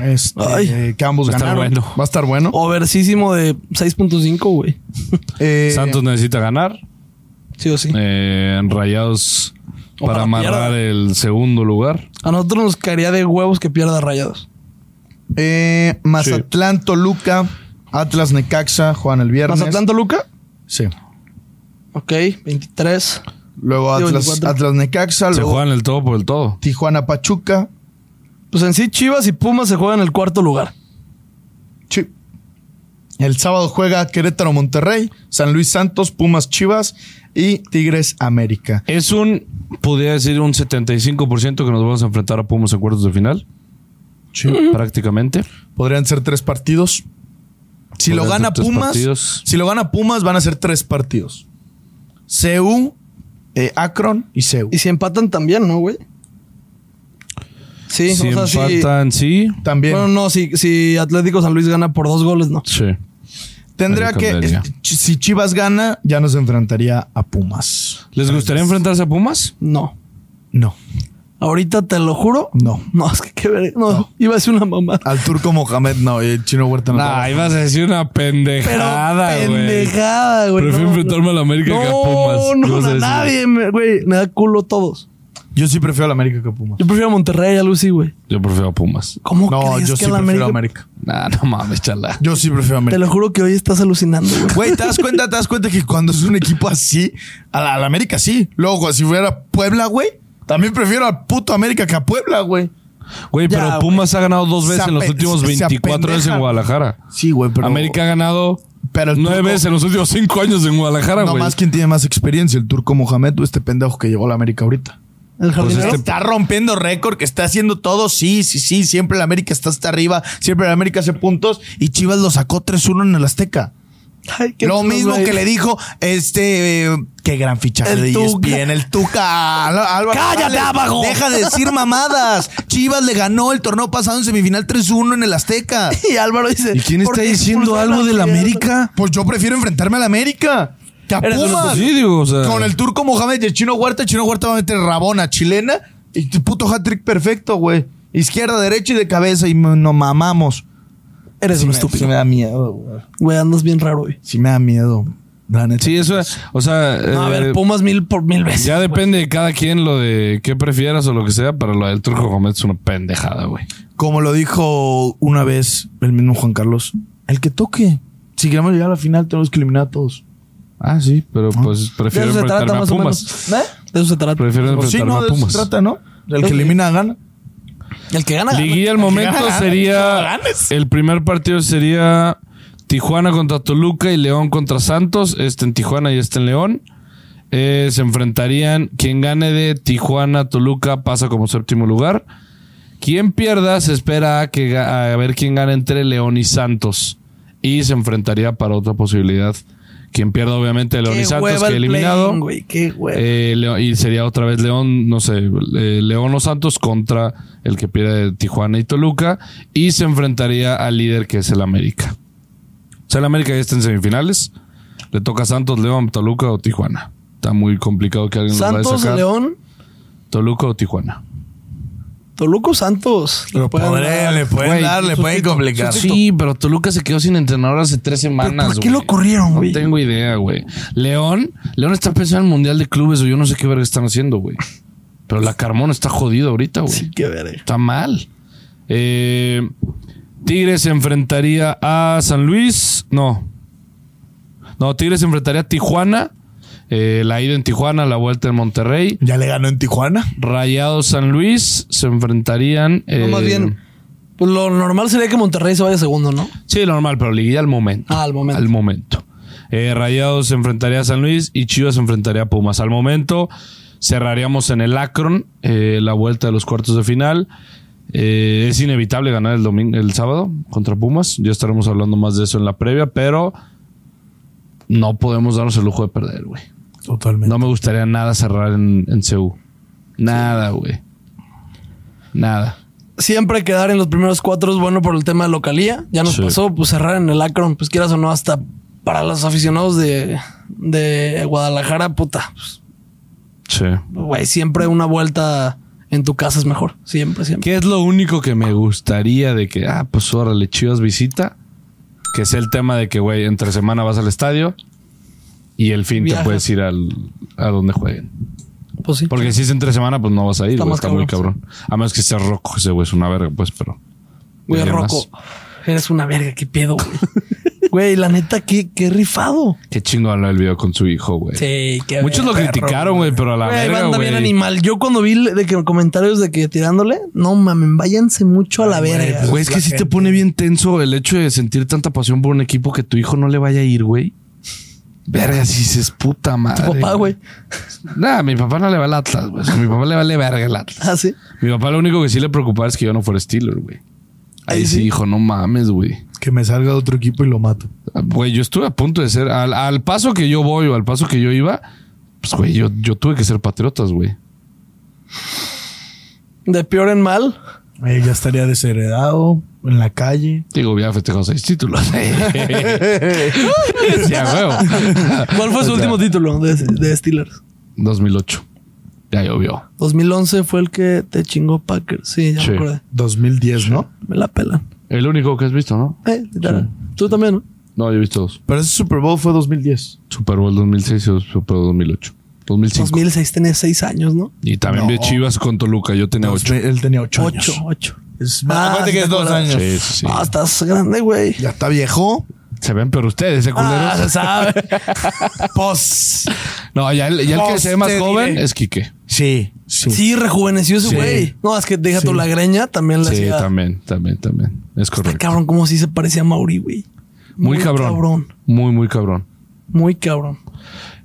Speaker 2: Este,
Speaker 1: Ay. Oh,
Speaker 2: que ambos
Speaker 3: Va a estar
Speaker 2: ganaron.
Speaker 3: bueno.
Speaker 2: Va a estar bueno.
Speaker 1: Oversísimo de 6.5, güey.
Speaker 2: Eh,
Speaker 3: Santos necesita ganar.
Speaker 1: Sí o sí.
Speaker 3: Eh, Rayados
Speaker 1: Ojalá
Speaker 3: para amarrar
Speaker 1: pierda.
Speaker 3: el segundo lugar.
Speaker 1: A nosotros nos caería de huevos que pierda rayados.
Speaker 2: eh, Mazatlán, Toluca, Atlas, Necaxa, juegan el viernes.
Speaker 1: Mazatlán Toluca.
Speaker 2: Sí.
Speaker 1: Ok, 23.
Speaker 2: Luego
Speaker 1: Digo,
Speaker 2: Atlas,
Speaker 1: 24.
Speaker 2: Atlas Necaxa,
Speaker 3: Se
Speaker 2: luego
Speaker 3: juegan el todo por el todo.
Speaker 2: Tijuana, Pachuca.
Speaker 1: Pues en sí, Chivas y Pumas se juegan el cuarto lugar.
Speaker 2: Sí. El sábado juega Querétaro Monterrey, San Luis Santos, Pumas Chivas y Tigres América.
Speaker 3: Es un, podría decir, un 75% que nos vamos a enfrentar a Pumas en cuartos de final. Prácticamente.
Speaker 2: Podrían ser tres partidos. Si lo
Speaker 3: Podrían
Speaker 2: gana
Speaker 3: ser tres
Speaker 2: Pumas,
Speaker 3: partidos.
Speaker 2: si lo gana Pumas van a ser tres partidos. CU, eh, Akron y CU.
Speaker 1: Y si empatan también, ¿no, güey? Sí,
Speaker 3: si
Speaker 1: o sea, si-
Speaker 3: empatan, sí.
Speaker 2: También
Speaker 1: Bueno, no, si, si Atlético San Luis gana por dos goles, no.
Speaker 3: Sí.
Speaker 2: tendría
Speaker 3: Ahí
Speaker 2: que
Speaker 3: cambiaría.
Speaker 2: eh, ch- si Chivas gana ya nos enfrentaría a Pumas.
Speaker 3: ¿Les gustaría enfrentarse a Pumas?
Speaker 1: No.
Speaker 2: No,
Speaker 1: Ahorita te lo juro.
Speaker 2: no.
Speaker 1: No, es que qué ver. No, iba a ser una mamá.
Speaker 2: Al turco Mohamed no, y el chino Huerta no.
Speaker 3: Nah,
Speaker 2: trabaja.
Speaker 3: ibas a decir una
Speaker 1: Pero
Speaker 3: pendejada, güey.
Speaker 1: pendejada, güey.
Speaker 3: Prefiero enfrentarme a la América que a Pumas.
Speaker 1: No,
Speaker 3: ¿Qué vas
Speaker 1: no,
Speaker 3: a
Speaker 1: a
Speaker 3: decir?
Speaker 1: nadie, me- güey. Me da culo todos.
Speaker 2: Yo sí prefiero al América que a Pumas.
Speaker 1: Yo prefiero a Monterrey, algo así, güey.
Speaker 3: Yo prefiero a Pumas.
Speaker 1: ¿Cómo
Speaker 2: No,
Speaker 1: crees
Speaker 2: yo
Speaker 1: que
Speaker 2: sí
Speaker 1: a la
Speaker 2: prefiero
Speaker 1: América?
Speaker 2: a América.
Speaker 3: Nah, no mames, chala.
Speaker 2: Yo sí prefiero a
Speaker 1: Te
Speaker 2: América.
Speaker 1: lo juro que hoy estás alucinando, güey.
Speaker 2: Güey, ¿te das cuenta? ¿Te das cuenta que cuando es un equipo así, a la, a la América sí? Luego, si fuera Puebla, güey, también prefiero al puto América que a Puebla, güey.
Speaker 3: Güey,
Speaker 1: Ya,
Speaker 3: pero Pumas ha ganado dos
Speaker 2: Se
Speaker 3: veces en los
Speaker 2: apen-
Speaker 3: últimos
Speaker 2: se
Speaker 3: 24 años en
Speaker 2: apendeja.
Speaker 3: Guadalajara.
Speaker 2: Sí, güey, pero.
Speaker 3: América ha ganado
Speaker 2: Pero el
Speaker 3: nueve
Speaker 2: turco-
Speaker 3: veces en los últimos cinco años en Guadalajara,
Speaker 2: No
Speaker 3: güey.
Speaker 2: más quien tiene más experiencia, el turco Mohamed o este pendejo que llegó a la América ahorita.
Speaker 1: El jardinero.
Speaker 3: este-
Speaker 2: Está rompiendo récord, que está haciendo todo. Sí, sí, sí. Siempre la América está hasta arriba. Siempre la América hace puntos. Y Chivas lo sacó 3-1 en el Azteca.
Speaker 1: Ay, qué
Speaker 2: Lo
Speaker 1: chulo,
Speaker 2: mismo
Speaker 1: güey.
Speaker 2: que le dijo este. eh, qué gran fichaje
Speaker 1: El
Speaker 2: de E
Speaker 1: Tuca.
Speaker 2: ESPN, el Tuca. Al- Álvaro
Speaker 1: ¡Cállate,
Speaker 2: Morales.
Speaker 1: abajo!
Speaker 2: Deja de decir mamadas. Chivas le ganó el torneo pasado en semifinal 3-1 en el Azteca.
Speaker 1: Y Álvaro dice.
Speaker 3: ¿Y quién
Speaker 1: ¿por
Speaker 3: está
Speaker 1: qué
Speaker 3: diciendo
Speaker 1: expulsaron
Speaker 3: algo
Speaker 1: a
Speaker 3: de la
Speaker 1: Fidel?
Speaker 3: América?
Speaker 2: Pues yo prefiero enfrentarme al América. Que a
Speaker 1: Eres un
Speaker 2: Pumas.
Speaker 3: Pues Sí, digo, o sea.
Speaker 2: Con el turco Mohamed y el chino Huerta. El chino Huerta va a meter Rabona chilena. Y tu puto hat-trick perfecto, güey. Izquierda, derecha y de cabeza. Y m- nos mamamos.
Speaker 1: Eres
Speaker 2: Sí
Speaker 1: un
Speaker 2: me- sí
Speaker 1: estúpido.
Speaker 2: me da miedo, güey.
Speaker 1: Güey, andas bien raro hoy.
Speaker 2: Sí me da miedo. La neta.
Speaker 3: Sí, eso es. O sea.
Speaker 1: No, a
Speaker 3: eh,
Speaker 1: ver, Pumas mil por mil veces.
Speaker 3: ya depende de cada quien lo de qué prefieras o lo que sea, pero lo del turco Gómez es una pendejada, güey.
Speaker 2: Como lo dijo una vez el mismo Juan Carlos, el que toque. Si queremos llegar a la final, tenemos que eliminar a todos.
Speaker 3: Ah, sí, pero
Speaker 1: De
Speaker 3: pues prefiero
Speaker 1: eso se
Speaker 3: enfrentarme
Speaker 1: trata
Speaker 3: a
Speaker 1: más o
Speaker 3: Pumas.
Speaker 1: menos. ¿Eh? De eso se trata.
Speaker 3: Prefiero
Speaker 2: Pues sí,
Speaker 3: enfrentarme
Speaker 2: no,
Speaker 3: a
Speaker 2: de eso
Speaker 3: Pumas.
Speaker 2: se trata, ¿no? El que elimina gana.
Speaker 1: El que gana.
Speaker 3: Liguilla
Speaker 1: gana.
Speaker 3: al momento
Speaker 2: ganas,
Speaker 3: sería.
Speaker 2: ganas.
Speaker 3: El primer partido sería Tijuana contra Toluca y León contra Santos. Este en Tijuana y este en León. Eh, se enfrentarían. Quien gane de Tijuana, Toluca pasa como séptimo lugar. Quien pierda se espera a, que, ga- a ver quién gana entre León y Santos. Y se enfrentaría para otra posibilidad. Quien pierda, obviamente, León
Speaker 1: Qué
Speaker 3: y Santos,
Speaker 1: hueva
Speaker 3: que
Speaker 1: el
Speaker 3: eliminado.
Speaker 1: play-in, güey, qué hueva.
Speaker 3: Eh, Leo- y sería otra vez León, no sé, eh, León o Santos contra el que pierde Tijuana y Toluca. Y se enfrentaría al líder que es el América. O sea, el América ya está en semifinales. Le toca a Santos, León, Toluca o Tijuana. Está muy complicado que alguien los vaya a
Speaker 1: Santos,
Speaker 3: sacar.
Speaker 1: León,
Speaker 3: Toluca o Tijuana.
Speaker 1: Toluca o Santos.
Speaker 2: Lo
Speaker 1: pueden
Speaker 2: podré,
Speaker 1: dar.
Speaker 2: le pueden
Speaker 3: Güey,
Speaker 2: dar, le
Speaker 3: su
Speaker 2: pueden
Speaker 3: tito-
Speaker 2: complicar.
Speaker 3: su tito- Sí, pero Toluca se quedó sin entrenador hace tres semanas.
Speaker 1: ¿Por qué
Speaker 3: güey.
Speaker 1: lo corrieron, güey?
Speaker 3: No tengo idea, güey. León, León está pensando en el Mundial de Clubes, o yo no sé qué verga están haciendo, güey. Pero la Carmona está jodida ahorita, güey.
Speaker 1: Sí, qué verga.
Speaker 3: Está mal. Eh, Tigres se enfrentaría a San Luis. No. No, Tigres se enfrentaría a Tijuana. Eh, la ida en Tijuana, la vuelta en Monterrey.
Speaker 2: Ya le ganó en Tijuana.
Speaker 3: Rayados San Luis se enfrentarían.
Speaker 1: No,
Speaker 3: eh,
Speaker 1: más bien, pues lo normal sería que Monterrey se vaya segundo, ¿no?
Speaker 3: Sí, lo normal, pero liguilla al momento.
Speaker 1: Ah, al momento.
Speaker 3: Al momento. Eh, Rayados se enfrentaría a San Luis y Chivas se enfrentaría a Pumas. Al momento cerraríamos en el Akron eh, la vuelta de los cuartos de final. Eh, es inevitable ganar el, domingo, el sábado contra Pumas. Ya estaremos hablando más de eso en la previa, pero no podemos darnos el lujo de perder, güey.
Speaker 2: Totalmente.
Speaker 3: No me gustaría nada cerrar en, en CU. Nada, güey. Nada.
Speaker 1: Siempre quedar en los primeros cuatro es bueno por el tema de localía. Ya nos
Speaker 3: Sí.
Speaker 1: pasó, pues cerrar en el Akron, pues quieras o no, hasta para los aficionados de, de Guadalajara, puta. pues,
Speaker 3: Sí.
Speaker 1: Güey, siempre una vuelta en tu casa es mejor. Siempre, siempre.
Speaker 3: ¿Qué es lo único que me gustaría de que, ah, pues órale, Chivas visita? Que es el tema de que, güey, entre semana vas al estadio y el fin
Speaker 1: Viajas.
Speaker 3: te puedes ir al, a donde jueguen.
Speaker 1: Pues sí.
Speaker 3: Porque si es entre semana, pues no vas a ir,
Speaker 1: Está
Speaker 3: güey,
Speaker 1: más
Speaker 3: está muy cabrón. A menos que sea roco, ese güey es una verga, pues, pero.
Speaker 1: Güey,
Speaker 3: ¿qué
Speaker 1: Rocco,
Speaker 3: más?
Speaker 1: eres una verga, qué pedo, güey. Güey, la neta, qué, qué rifado.
Speaker 3: Qué chingo hablar el video con su hijo, güey.
Speaker 1: Sí, qué
Speaker 3: Muchos lo
Speaker 1: verga,
Speaker 3: criticaron, güey, pero a la
Speaker 1: Güey,
Speaker 3: verga,
Speaker 1: banda bien
Speaker 3: güey.
Speaker 1: animal. Yo cuando vi de que comentarios de que tirándole, no mamen, váyanse mucho a la
Speaker 2: güey,
Speaker 1: verga.
Speaker 2: pues,
Speaker 3: Güey, es
Speaker 2: la
Speaker 3: que sí te
Speaker 2: gente.
Speaker 3: pone bien tenso el hecho de sentir tanta pasión por un equipo que tu hijo no le vaya a ir, güey. Verga, si dices puta madre.
Speaker 1: tu papá, güey.
Speaker 3: Nah, mi papá no le va al Atlas, güey. O sea, Mi papá le vale verga el Atlas.
Speaker 1: Ah, sí.
Speaker 3: Mi papá lo único que sí le preocupaba es que yo no fuera Steeler, güey. Ahí
Speaker 1: Ahí
Speaker 3: ¿Ah, sí
Speaker 1: sí.
Speaker 3: dijo, no mames, güey.
Speaker 2: Que me salga otro equipo y lo mato.
Speaker 3: Güey, yo estuve a punto de ser. Al, al paso que yo voy o al paso que yo iba, pues, güey, yo, yo tuve que ser patriotas, güey.
Speaker 1: De peor en mal.
Speaker 2: Eh, ya estaría desheredado, en la calle.
Speaker 3: Digo, ya festejado seis títulos. sí, a huevo.
Speaker 1: ¿Cuál fue su
Speaker 3: O sea,
Speaker 1: último título de, de Steelers?
Speaker 3: 2008. Ya llovió.
Speaker 1: 2011 fue el que te chingó Packers. Sí, ya
Speaker 3: Sí.
Speaker 1: me acordé.
Speaker 2: 2010, ¿no?
Speaker 1: Me la pelan.
Speaker 3: El único que has visto, ¿no?
Speaker 1: Eh, literal. Tú también, ¿no?
Speaker 3: No, yo he visto dos.
Speaker 2: Pero ese Super Bowl fue 2010.
Speaker 3: Super Bowl 2006 y Super Bowl 2008. 2005.
Speaker 1: 2006 tenía seis años, ¿no?
Speaker 3: Y también
Speaker 2: No.
Speaker 3: vi Chivas con Toluca. Yo tenía
Speaker 2: Dos-
Speaker 3: ocho.
Speaker 2: Él tenía 8 años.
Speaker 1: Ocho, ocho.
Speaker 2: Es
Speaker 1: Ah,
Speaker 2: acuérdate
Speaker 1: sí
Speaker 2: que
Speaker 1: te
Speaker 2: es dos
Speaker 1: acuerdas.
Speaker 2: años.
Speaker 3: Sí, sí, sí.
Speaker 1: Ah, estás grande, güey.
Speaker 2: Ya está viejo.
Speaker 3: Se ven, pero ustedes, ese culero.
Speaker 1: Ah, se sabe.
Speaker 2: Pos.
Speaker 3: no, ya, el- ya el que se ve más
Speaker 2: Te
Speaker 3: joven
Speaker 2: diré.
Speaker 3: es Quique.
Speaker 2: Sí, sí.
Speaker 1: Sí, rejuveneció ese
Speaker 2: Sí.
Speaker 1: güey. No, es que deja tu la greña, también la
Speaker 3: Sí,
Speaker 1: hacía.
Speaker 3: también, también, también. Es
Speaker 1: Está
Speaker 3: correcto.
Speaker 1: cabrón, como si se parecía a Mauri, güey.
Speaker 3: Muy cabrón. Muy, muy cabrón.
Speaker 1: Muy cabrón.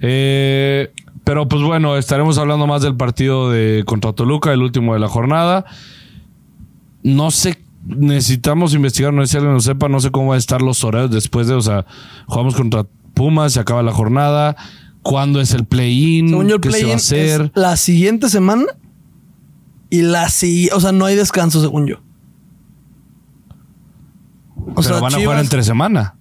Speaker 3: Eh, pero pues bueno, estaremos hablando más del partido de contra Toluca, el último de la jornada. No sé, necesitamos investigar, no sé si alguien lo sepa, no sé cómo van a estar los horarios después de, o sea, jugamos contra Pumas, se acaba la jornada. ¿Cuándo es el play-in?
Speaker 1: Según yo, el
Speaker 3: ¿Qué se
Speaker 1: play
Speaker 3: va a hacer?
Speaker 1: la siguiente semana y la siguiente. O sea, no hay descanso, según yo. O
Speaker 3: pero van a jugar
Speaker 1: Chivas-
Speaker 3: entre semana.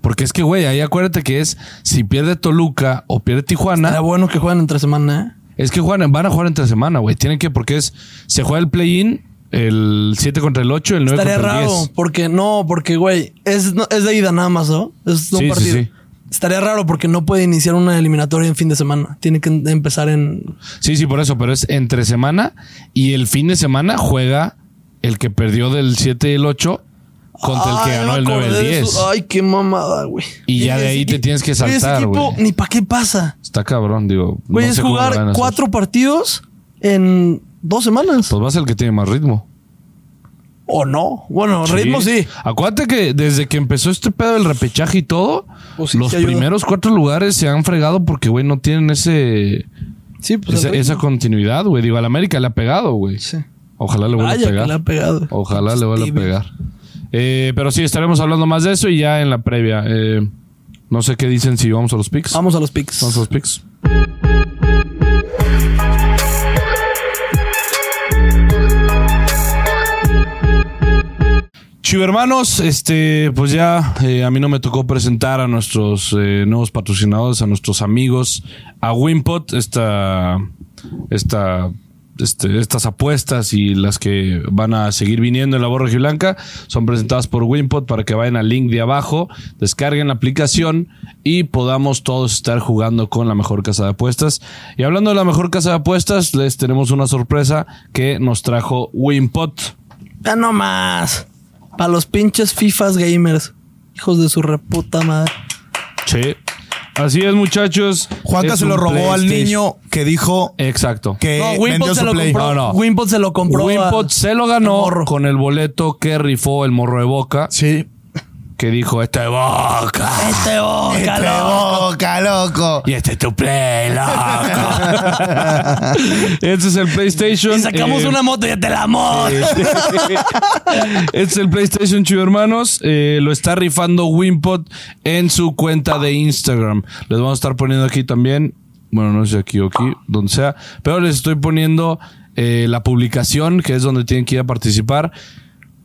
Speaker 3: Porque es que, güey, ahí acuérdate que es si pierde Toluca o pierde Tijuana.
Speaker 1: Era bueno que juegan entre semana, ¿eh?
Speaker 3: Es que juegan, van a jugar entre semana, güey. Tienen que, porque es. Se juega el play-in, el 7 contra el 8, el 9
Speaker 1: Estaría
Speaker 3: contra el
Speaker 1: raro,
Speaker 3: 10.
Speaker 1: porque no, porque, güey, es, no- es de ida nada más, ¿no? Es un
Speaker 3: Sí, sí,
Speaker 1: partido.
Speaker 3: sí.
Speaker 1: Estaría raro porque no puede iniciar una eliminatoria en fin de semana. Tiene que en- empezar en.
Speaker 3: Sí, sí, por eso, pero es entre semana y el fin de semana juega el que perdió del 7 y el 8 contra el
Speaker 1: Ay,
Speaker 3: que
Speaker 1: ya
Speaker 3: ganó
Speaker 1: me
Speaker 3: el 9 y el
Speaker 1: acordé de
Speaker 3: 10.
Speaker 1: eso. Ay, qué mamada, güey.
Speaker 3: Y ya
Speaker 1: Ese
Speaker 3: de ahí te
Speaker 1: equi-
Speaker 3: tienes que
Speaker 1: Güey, Ese
Speaker 3: saltar,
Speaker 1: equipo,
Speaker 3: güey.
Speaker 1: ni para qué pasa.
Speaker 3: Está cabrón, digo.
Speaker 1: Güey,
Speaker 3: no
Speaker 1: es
Speaker 3: sé cómo lo van a
Speaker 1: jugar
Speaker 3: hacer.
Speaker 1: cuatro partidos en dos semanas.
Speaker 3: Pues va a ser el que tiene más ritmo.
Speaker 1: O no. Bueno, ritmo sí.
Speaker 3: Acuérdate que desde que empezó este pedo del repechaje y todo,
Speaker 1: Pues sí,
Speaker 3: los
Speaker 1: sí ayuda.
Speaker 3: primeros cuatro lugares se han fregado porque, güey, no tienen ese.
Speaker 1: Sí, pues.
Speaker 3: esa,
Speaker 1: el ritmo.
Speaker 3: esa continuidad, güey. Digo, al América le ha pegado, güey.
Speaker 1: Sí.
Speaker 3: Ojalá le vuelva
Speaker 1: Vaya
Speaker 3: a
Speaker 1: que
Speaker 3: pegar.
Speaker 1: le ha pegado.
Speaker 3: Ojalá le vuelva a
Speaker 1: Stevie.
Speaker 3: pegar. Eh, pero sí, estaremos hablando más de eso y ya en la previa. Eh, no sé qué dicen si vamos a los picks.
Speaker 1: Vamos a los picks.
Speaker 3: Vamos a los picks. Chivermanos, este, pues ya eh, a mí no me tocó presentar a nuestros eh, nuevos patrocinadores, a nuestros amigos, a Wimpot, esta, esta este, estas apuestas y las que van a seguir viniendo en la borja blanca son presentadas por Wimpot para que vayan al link de abajo, descarguen la aplicación y podamos todos estar jugando con la mejor casa de apuestas. Y hablando de la mejor casa de apuestas, les tenemos una sorpresa que nos trajo Wimpot.
Speaker 1: Ya Ah, no más. Para los pinches FIFAs gamers. Hijos de su reputa madre.
Speaker 3: Sí. Así es, muchachos.
Speaker 2: Juanca
Speaker 3: Es
Speaker 2: se lo
Speaker 3: un
Speaker 2: robó al
Speaker 3: PlayStation.
Speaker 2: niño que dijo
Speaker 3: Exacto.
Speaker 2: que
Speaker 1: No,
Speaker 2: Eh, vendió
Speaker 1: Wimpot se
Speaker 2: su
Speaker 1: lo
Speaker 2: play.
Speaker 1: compró.
Speaker 3: No, no.
Speaker 1: Wimpot se lo compró.
Speaker 3: Wimpot
Speaker 1: a-
Speaker 3: se lo
Speaker 1: a
Speaker 3: ganó
Speaker 1: morro.
Speaker 3: con el boleto que rifó el morro de boca,
Speaker 2: Sí.
Speaker 3: que dijo, este es boca.
Speaker 1: Este boca,
Speaker 2: Entre
Speaker 1: loco.
Speaker 2: boca, loco.
Speaker 3: Y este es tu play, loco. este es el PlayStation.
Speaker 1: Y sacamos
Speaker 3: eh,
Speaker 1: una moto y ya te la moto.
Speaker 3: Este es el PlayStation, chido hermanos. Eh, lo está rifando Wimpot en su cuenta de Instagram. Les vamos a estar poniendo aquí también. Bueno, no sé aquí o aquí, donde sea. Pero les estoy poniendo eh, la publicación, que es donde tienen que ir a participar.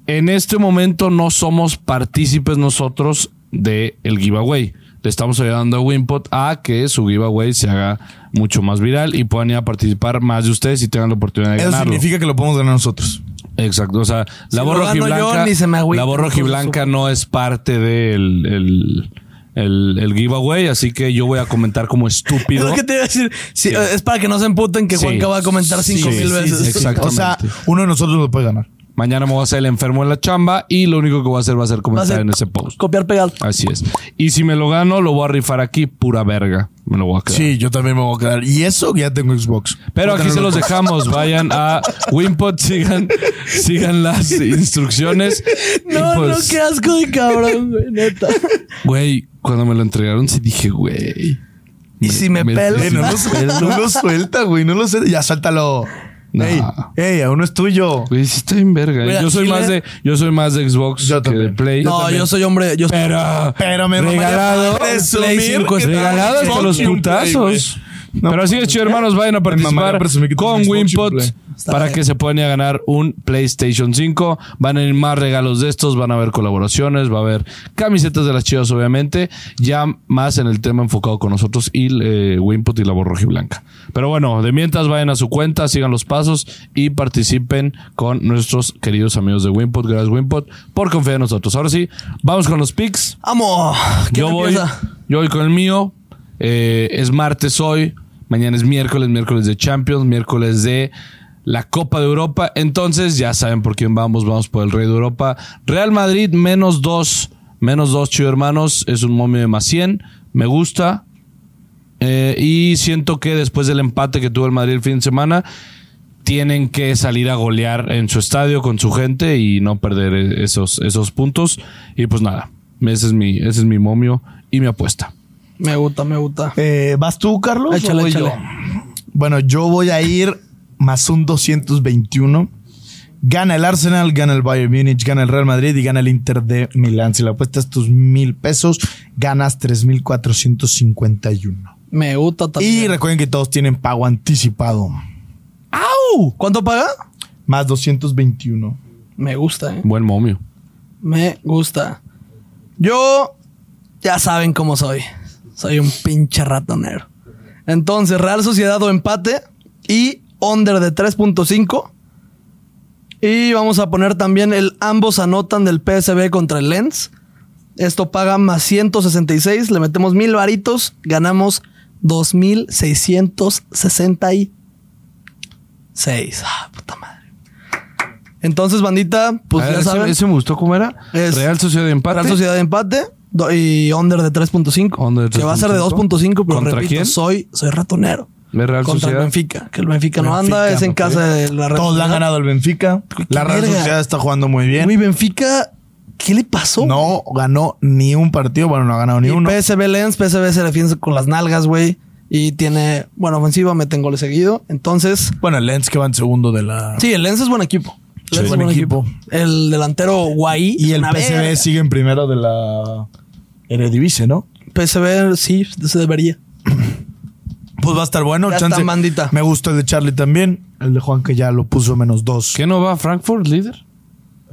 Speaker 3: En este momento no somos partícipes nosotros del el giveaway. Le estamos ayudando a Wimpot a que su giveaway se haga mucho más viral y puedan ir a participar más de ustedes y tengan la oportunidad de
Speaker 2: Eso
Speaker 3: ganarlo.
Speaker 2: significa que lo podemos ganar nosotros.
Speaker 3: Exacto, o sea, la
Speaker 1: lo
Speaker 3: voz
Speaker 1: gano yo,
Speaker 3: rojiblanca,
Speaker 1: ni se me agüita,
Speaker 3: la voz
Speaker 1: por
Speaker 3: rojiblanca no es parte del el, el- el giveaway, así que yo voy a comentar como
Speaker 1: Es
Speaker 3: estúpido.
Speaker 1: lo que te iba a decir. Sí, Es para que no se emputen que
Speaker 3: Sí.
Speaker 1: Juanca va a comentar
Speaker 3: Sí,
Speaker 1: cinco
Speaker 3: sí,
Speaker 1: mil
Speaker 3: sí,
Speaker 1: veces.
Speaker 3: sí, exactamente.
Speaker 2: O sea, uno de nosotros lo puede ganar.
Speaker 3: Mañana me voy a hacer el enfermo en la chamba y lo único que voy a hacer va a ser
Speaker 1: Va a
Speaker 3: comentar
Speaker 1: ser
Speaker 3: en ese post.
Speaker 1: Copiar, pegar.
Speaker 3: Así es. Y si me lo gano, lo voy a rifar aquí, pura verga. Me lo voy a quedar.
Speaker 2: Sí, yo también me voy a quedar. Y eso que ya tengo Xbox.
Speaker 3: Pero
Speaker 2: Voy a
Speaker 3: aquí se
Speaker 2: tener
Speaker 3: los dejamos. Vayan a Wimpot, sigan, sigan las instrucciones. Y
Speaker 1: No,
Speaker 3: pues,
Speaker 1: no, qué asco de cabrón, güey, neta.
Speaker 3: Güey, cuando me lo entregaron, sí dije, güey.
Speaker 1: Y si me
Speaker 3: me-
Speaker 1: pelas.
Speaker 2: Eh, no, lo, suel- no lo suelta, güey. No lo suelta. Ya suéltalo.
Speaker 3: No.
Speaker 2: Ey, ey, a uno es tuyo.
Speaker 3: Güey, sí está bien verga. ¿eh?
Speaker 1: Mira,
Speaker 3: yo soy
Speaker 1: Chile-
Speaker 3: más de yo soy más de Xbox
Speaker 2: Yo
Speaker 3: que de
Speaker 2: también.
Speaker 3: Play.
Speaker 1: No, yo soy hombre. Yo soy-
Speaker 3: pero
Speaker 2: Pero me
Speaker 3: regalado,
Speaker 2: mamaría
Speaker 1: Play
Speaker 2: presumir
Speaker 1: cinco
Speaker 2: que
Speaker 3: regalado
Speaker 2: tengo
Speaker 3: hasta
Speaker 2: un
Speaker 3: los
Speaker 2: Xbox y un Play, güey.
Speaker 3: putazos.
Speaker 2: No,
Speaker 3: pero así es, chido, hermanos, vayan a
Speaker 2: mamaría
Speaker 3: participar
Speaker 2: presumir que
Speaker 3: con
Speaker 2: tengo un Xbox y un
Speaker 3: Wimpot
Speaker 2: Play.
Speaker 1: Está
Speaker 3: para
Speaker 1: bien.
Speaker 3: que se puedan ir a ganar un PlayStation 5. Van a ir más regalos de estos, van a haber colaboraciones, va a haber camisetas de las chivas, obviamente. Ya más en el tema enfocado con nosotros y eh, Wimpot y la voz blanca. Pero bueno, de mientras vayan a su cuenta, sigan los pasos y participen con nuestros queridos amigos de Wimpot. Gracias, Wimpot, por confiar en nosotros. Ahora sí, vamos con los picks.
Speaker 1: Amo. ¿Quién
Speaker 3: Yo voy,
Speaker 1: empieza?
Speaker 3: yo voy con el mío. Eh, es martes hoy. Mañana es miércoles, miércoles de Champions, miércoles de la Copa de Europa. Entonces ya saben por quién vamos. Vamos por el Rey de Europa. Real Madrid menos dos. Menos dos, chido hermanos. Es un momio de más 100. Me gusta. Eh, y siento que después del empate que tuvo el Madrid el fin de semana, tienen que salir a golear en su estadio con su gente y no perder e- esos, esos puntos. Y pues nada, ese es mi, ese es mi momio y mi apuesta.
Speaker 1: Me gusta, me gusta.
Speaker 2: Eh, ¿Vas tú, Carlos?
Speaker 1: Échale,
Speaker 2: o voy
Speaker 1: échale.
Speaker 2: yo? Bueno, yo voy a ir más un 221. Gana el Arsenal, gana el Bayern Múnich, gana el Real Madrid y gana el Inter de Milán. Si la apuestas tus mil pesos, ganas 3,451.
Speaker 1: Me gusta
Speaker 2: Y
Speaker 1: también.
Speaker 2: recuerden que todos tienen pago anticipado.
Speaker 1: ¡Au! ¿Cuánto paga?
Speaker 2: Más 221.
Speaker 1: Me gusta, eh.
Speaker 3: Buen momio.
Speaker 1: Me gusta. Yo ya saben cómo soy. Soy un pinche ratonero. Entonces, Real Sociedad o empate y under de 3.5. Y vamos a poner también el ambos anotan del PSB contra el Lens. Esto paga más 166, le metemos mil varitos, ganamos 2666. Ah, puta madre. Entonces, bandita, pues
Speaker 3: A ver,
Speaker 1: ya
Speaker 3: Ah, ese,
Speaker 1: saben.
Speaker 3: ese me gustó cómo era.
Speaker 1: Es-
Speaker 3: Real Sociedad de Empate.
Speaker 1: Real Sociedad de empate do- y under de 3.5.
Speaker 3: Under de
Speaker 1: Que va a ser de
Speaker 3: 2.5,
Speaker 1: 2.5, pero
Speaker 3: ¿Contra
Speaker 1: repito,
Speaker 3: quién?
Speaker 1: soy, soy ratonero.
Speaker 3: Ve Real
Speaker 1: Contra
Speaker 3: Sociedad.
Speaker 1: el Benfica, que el Benfica, no
Speaker 2: Benfica,
Speaker 1: anda, es en
Speaker 2: ok.
Speaker 1: casa de la Real
Speaker 2: Todos le han
Speaker 1: Sociedad.
Speaker 2: ganado el Benfica. La Real
Speaker 1: verga.
Speaker 2: Sociedad está jugando muy bien.
Speaker 1: Güey, Benfica, ¿qué le pasó?
Speaker 2: No ganó ni un partido. Bueno, no ha ganado ni
Speaker 1: Y
Speaker 2: uno.
Speaker 1: PSV Lens, PSV se defiende con las nalgas, güey. Y tiene buena ofensiva, meten goles seguido. Entonces,
Speaker 2: Bueno, el Lens que va en segundo de la...
Speaker 1: sí, el Lens es buen equipo. El Lens
Speaker 2: Sí.
Speaker 1: es buen
Speaker 2: Buen
Speaker 1: equipo. El delantero Guay.
Speaker 2: Y el
Speaker 1: una verga.
Speaker 2: PSV sigue en primero de la Eredivisie, ¿no?
Speaker 1: PSV sí, se debería.
Speaker 2: Pues va a estar bueno.
Speaker 1: Ya
Speaker 2: chance.
Speaker 1: está, mandita.
Speaker 2: Me gusta el de Charlie también. El de Juan que ya lo puso menos dos.
Speaker 3: ¿Qué no va? ¿Frankfurt líder?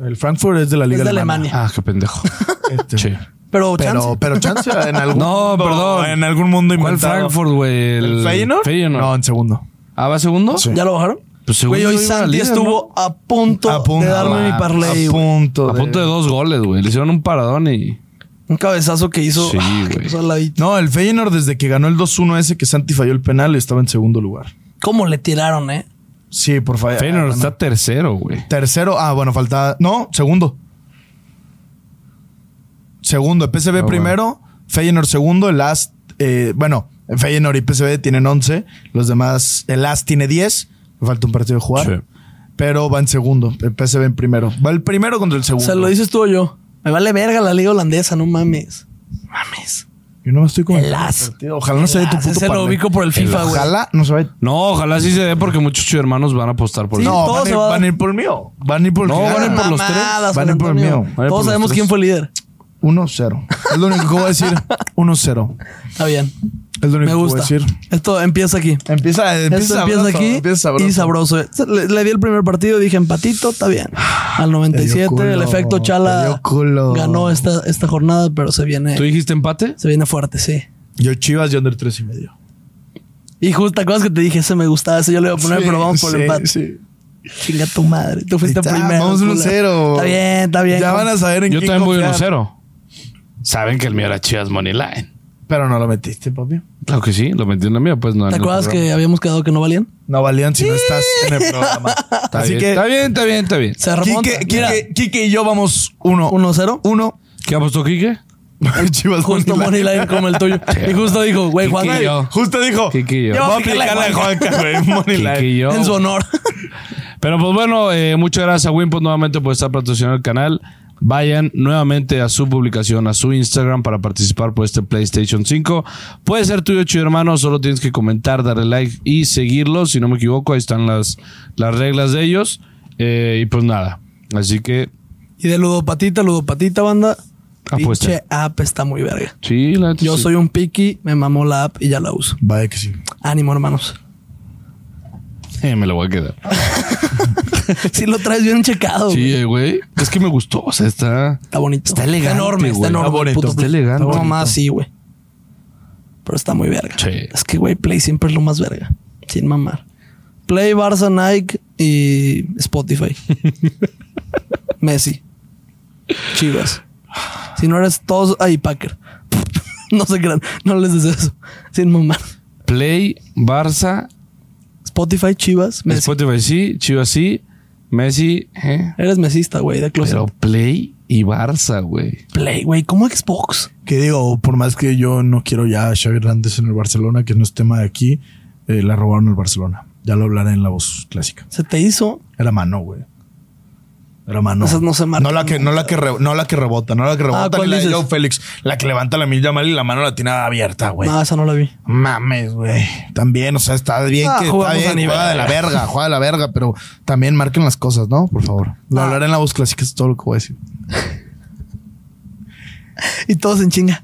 Speaker 2: El Frankfurt es de la Liga
Speaker 1: de
Speaker 2: Alemana.
Speaker 3: Ah, qué pendejo.
Speaker 2: Este.
Speaker 3: Sí.
Speaker 1: Pero, chance.
Speaker 2: Pero, pero chance en algún
Speaker 3: No,
Speaker 2: mundo,
Speaker 3: perdón.
Speaker 2: En algún mundo
Speaker 3: ¿Cuál
Speaker 2: inventado.
Speaker 3: Frankfurt, güey?
Speaker 2: ¿El Feyenoord? No, en segundo.
Speaker 3: ¿Ah, va segundo?
Speaker 2: Sí.
Speaker 1: ¿Ya lo bajaron?
Speaker 3: Pues según
Speaker 1: Güey,
Speaker 3: yo
Speaker 1: hoy
Speaker 3: iba al
Speaker 1: Santi
Speaker 3: líder,
Speaker 1: estuvo a punto
Speaker 2: A punto,
Speaker 1: de darme
Speaker 2: man,
Speaker 1: mi parlay,
Speaker 2: A
Speaker 1: güey.
Speaker 2: punto.
Speaker 3: ¿no? A punto de dos goles, güey. Le hicieron un paradón y.
Speaker 1: Un cabezazo que hizo.
Speaker 3: Sí,
Speaker 1: ah, que
Speaker 3: güey.
Speaker 1: puso al ladito.
Speaker 2: No, el Feyenoord desde que ganó el 2-1 ese que Santi falló el penal estaba en segundo lugar.
Speaker 1: ¿Cómo le tiraron, eh?
Speaker 2: Sí, por favor.
Speaker 3: Feyenoord
Speaker 2: Ah,
Speaker 3: está tercero, güey.
Speaker 2: Tercero, ah, bueno, faltaba. No, segundo. Segundo, PSV
Speaker 3: Ah,
Speaker 2: primero, Feyenoord segundo, el AS. eh, bueno, Feyenoord y PSV tienen 11, los demás, el AS tiene 10, le falta un partido de jugar.
Speaker 3: Sí.
Speaker 2: Pero va en segundo, el PSV en primero. Va el primero contra el segundo.
Speaker 1: Se lo dices tú o yo. Me vale verga la liga holandesa, no mames. Mames.
Speaker 2: Yo no me estoy comiendo
Speaker 1: El AS.
Speaker 2: el partido. Ojalá no se dé tu
Speaker 1: Ah,
Speaker 2: puto
Speaker 1: ese lo
Speaker 2: parlay.
Speaker 1: ubico por el FIFA, güey.
Speaker 2: Ojalá no se vaya.
Speaker 3: No, ojalá sí se dé porque muchos hermanos van a apostar por
Speaker 1: Sí,
Speaker 3: él.
Speaker 2: no,
Speaker 1: todo
Speaker 2: van, a
Speaker 1: se
Speaker 2: ir-
Speaker 1: va a dar.
Speaker 2: van a ir por el mío. Van a ir por el
Speaker 3: No,
Speaker 2: que
Speaker 3: van a ir
Speaker 2: gana.
Speaker 3: por los
Speaker 1: Mamadas,
Speaker 2: tres. Van a ir por el
Speaker 1: Antonio.
Speaker 2: mío. Van a ir
Speaker 3: por
Speaker 1: Todos
Speaker 3: los
Speaker 1: sabemos
Speaker 3: tres.
Speaker 1: quién fue el líder.
Speaker 2: 1-0. Es lo único que voy a decir. 1-0.
Speaker 1: Está bien.
Speaker 2: Es lo único
Speaker 1: Me
Speaker 2: que voy a
Speaker 1: gusta.
Speaker 2: decir.
Speaker 1: Esto empieza aquí.
Speaker 2: Empieza,
Speaker 1: Esto empieza
Speaker 2: empieza, sabroso,
Speaker 1: aquí
Speaker 2: empieza sabroso.
Speaker 1: y sabroso. eh. Le, le di el primer partido, dije empatito, está bien. Al
Speaker 2: Te dio
Speaker 1: 97,
Speaker 2: culo,
Speaker 1: el efecto
Speaker 2: te
Speaker 1: Chala
Speaker 2: dio culo.
Speaker 1: ganó esta, esta jornada, pero se viene,
Speaker 3: ¿Tú dijiste empate?
Speaker 1: se viene fuerte, sí.
Speaker 2: Yo Chivas y under 3 y medio.
Speaker 1: Y justo, ¿te acuerdas que te dije? Ese me gustaba, ese yo le iba a poner,
Speaker 2: Sí,
Speaker 1: pero vamos por el
Speaker 2: sí,
Speaker 1: empate.
Speaker 2: sí.
Speaker 1: Chinga tu madre. Tú fuiste
Speaker 2: Ahí está,
Speaker 1: primero.
Speaker 2: vamos
Speaker 1: culo.
Speaker 2: 1-0.
Speaker 1: Está bien, está bien.
Speaker 2: Ya
Speaker 1: compa.
Speaker 2: van a saber en
Speaker 3: Yo
Speaker 2: quién
Speaker 3: también voy
Speaker 2: confiar.
Speaker 3: 1-0. Saben que el mío era Chivas Moneyline.
Speaker 2: Pero no lo metiste, papi.
Speaker 3: Claro que sí, lo metí en la mía, pues no. en
Speaker 1: ¿Te
Speaker 3: el
Speaker 1: acuerdas
Speaker 3: programa.
Speaker 1: que habíamos quedado que no valían?
Speaker 2: No valían si no estás en el programa.
Speaker 3: Está
Speaker 2: Así
Speaker 3: bien,
Speaker 2: que
Speaker 3: está bien, está bien, está bien.
Speaker 1: Se remonta.
Speaker 2: Quique,
Speaker 1: Mira,
Speaker 2: Quique, Quique y yo vamos 1-1.
Speaker 1: 1-0.
Speaker 3: ¿Qué apostó Quique?
Speaker 2: Chivas
Speaker 1: Justo
Speaker 2: Moneyline.
Speaker 1: Money Line como el tuyo. Y justo dijo, güey, Juan,
Speaker 3: Quique y yo.
Speaker 2: Justo dijo.
Speaker 3: Quique y yo.
Speaker 2: Yo voy a
Speaker 1: Quique y la
Speaker 2: aplicar la de Juanca, güey.
Speaker 3: Quique y
Speaker 2: Moneyline.
Speaker 3: yo.
Speaker 1: en su honor.
Speaker 3: Pero pues bueno, eh, muchas gracias a Wimpos nuevamente por estar patrocinando el canal. Vayan nuevamente a su publicación, a su Instagram para participar por este PlayStation 5. Puede ser tuyo, chido hermano. Solo tienes que comentar, darle like y seguirlo. Si no me equivoco, ahí están las, las reglas de ellos. Eh, y pues nada. Así que
Speaker 1: y de ludopatita, ludopatita, banda.
Speaker 3: Apuesta.
Speaker 1: Pinche app está muy verga.
Speaker 3: sí, la neta
Speaker 1: Yo
Speaker 3: sí.
Speaker 1: soy un piqui, me mamó la app y ya la uso.
Speaker 2: Vaya que sí.
Speaker 1: Ánimo, hermanos.
Speaker 3: Eh, me lo voy a quedar.
Speaker 1: Si lo traes bien checado,
Speaker 3: Sí,
Speaker 1: Oh, güey.
Speaker 3: eh, güey. Es que me gustó. O sea, está.
Speaker 1: está bonito.
Speaker 3: Está elegante,
Speaker 1: enorme, está
Speaker 3: güey.
Speaker 1: enorme.
Speaker 3: Está bonito,
Speaker 1: puto
Speaker 3: está
Speaker 1: Play.
Speaker 3: elegante.
Speaker 1: No
Speaker 3: Está
Speaker 1: más, sí, güey. Pero está muy verga.
Speaker 3: Sí.
Speaker 1: Es que, güey, Play siempre es lo más verga. Sin mamar. Play, Barça, Nike y Spotify. Messi. Chivas. Si no eres todos... Ahí, Packer. no se crean. No les des eso. Sin mamar.
Speaker 3: Play, Barça,
Speaker 1: Spotify, Chivas, Messi.
Speaker 3: Spotify sí, Chivas sí, Messi, eh.
Speaker 1: Eres mesista, güey, de closet.
Speaker 3: Pero Play y Barça, güey.
Speaker 1: Play, güey, como Xbox.
Speaker 2: Que digo, por más que yo no quiero ya a Xavi Hernández en el Barcelona, que no es tema de aquí, eh, la robaron el Barcelona. Ya lo hablaré en la voz clásica.
Speaker 1: Se te hizo.
Speaker 2: Era mano, güey. Era mano.
Speaker 1: Esas no se marcan Ah,
Speaker 2: la que, no, la que re- no la que rebota, no la que rebota,
Speaker 1: ¿cuál
Speaker 2: ni la de
Speaker 1: dices?
Speaker 2: Joe Félix. La que levanta la milla mal y la mano la tiene abierta, güey.
Speaker 1: No, esa no la vi.
Speaker 2: Mames, güey. También, o sea, está bien
Speaker 1: Ah,
Speaker 2: que
Speaker 1: jugamos
Speaker 2: está bien,
Speaker 1: a nivel.
Speaker 2: juega de la verga, juega de la verga, pero también marquen las cosas, ¿no? Por favor. Lo
Speaker 1: Ah.
Speaker 2: hablaré en la voz clásica, es todo lo que voy a decir.
Speaker 1: Y todos en chinga.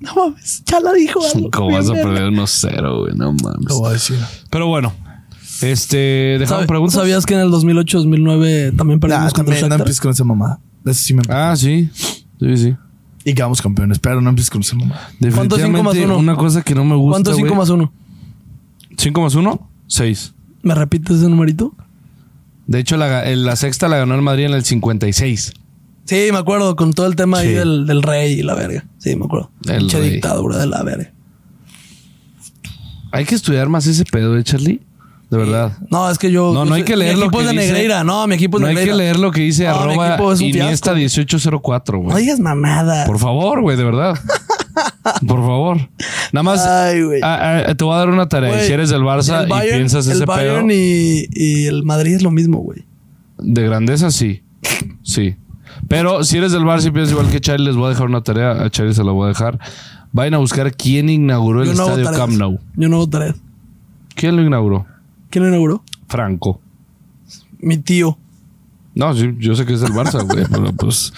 Speaker 1: No mames, Chala dijo algo.
Speaker 3: ¿Cómo vas a
Speaker 1: Bien,
Speaker 3: perder 1-0, güey? No
Speaker 2: Lo
Speaker 3: mames.
Speaker 2: voy a decir.
Speaker 3: Pero bueno, este,
Speaker 1: ¿Sabe-
Speaker 3: ¿dejaron preguntas?
Speaker 1: ¿Sabías que en el 2008-2009 también perdimos
Speaker 2: Nah,
Speaker 1: contra el
Speaker 2: también, no
Speaker 1: Shakhtar?
Speaker 2: empieces con esa mamada. Eso sí me...
Speaker 3: Ah, sí. Sí, sí.
Speaker 2: Y quedamos campeones, pero no empieces con esa mamada.
Speaker 1: ¿Cuánto es cinco más
Speaker 3: Definitivamente
Speaker 1: uno?
Speaker 3: una cosa que no me gusta,
Speaker 1: ¿Cuánto 5 más 1?
Speaker 3: 5 más 1? 6.
Speaker 1: ¿Me repites ese numerito?
Speaker 3: De hecho, la, ga- el- la sexta la ganó el Madrid en el 56.
Speaker 1: Sí, me acuerdo, con todo el tema ahí
Speaker 3: Sí.
Speaker 1: del, del rey y la verga. Sí, me acuerdo.
Speaker 3: El
Speaker 1: Pinche
Speaker 3: rey.
Speaker 1: dictadura de la verga.
Speaker 3: Hay que estudiar más ese pedo, ¿eh, Charlie? De verdad.
Speaker 1: No, es que yo. yo
Speaker 3: No, no hay
Speaker 1: soy-
Speaker 3: que leer
Speaker 1: mi
Speaker 3: lo
Speaker 1: equipo
Speaker 3: que
Speaker 1: es de
Speaker 3: dice.
Speaker 1: Negreira. No, mi equipo es
Speaker 3: No
Speaker 1: de
Speaker 3: hay que
Speaker 1: Negreira.
Speaker 3: leer lo que dice
Speaker 1: Pues No, mi
Speaker 3: arroba
Speaker 1: equipo es un
Speaker 3: Iniesta 1804, güey.
Speaker 1: No digas mamada.
Speaker 3: Por favor, güey, de verdad. Por favor. Nada más
Speaker 1: Ay, güey.
Speaker 3: ah, ah, te voy a dar una tarea.
Speaker 1: Güey,
Speaker 3: si eres del Barça
Speaker 1: el
Speaker 3: y
Speaker 1: Bayern-
Speaker 3: piensas
Speaker 1: el
Speaker 3: ese pedo
Speaker 1: Bayern y, y el Madrid es lo mismo, güey.
Speaker 3: de grandeza, sí. Sí. Pero si eres del Barça y piensas igual que Charlie, les voy a dejar una tarea. A Charlie se la voy a dejar. Vayan a buscar quién inauguró el
Speaker 1: Yo no
Speaker 3: estadio
Speaker 1: votaré.
Speaker 3: Camp Nou.
Speaker 1: Yo no votaré.
Speaker 3: ¿Quién lo inauguró?
Speaker 1: ¿Quién lo inauguró?
Speaker 3: Franco.
Speaker 1: Mi tío.
Speaker 3: No, sí, yo sé que es del Barça, güey, pero pues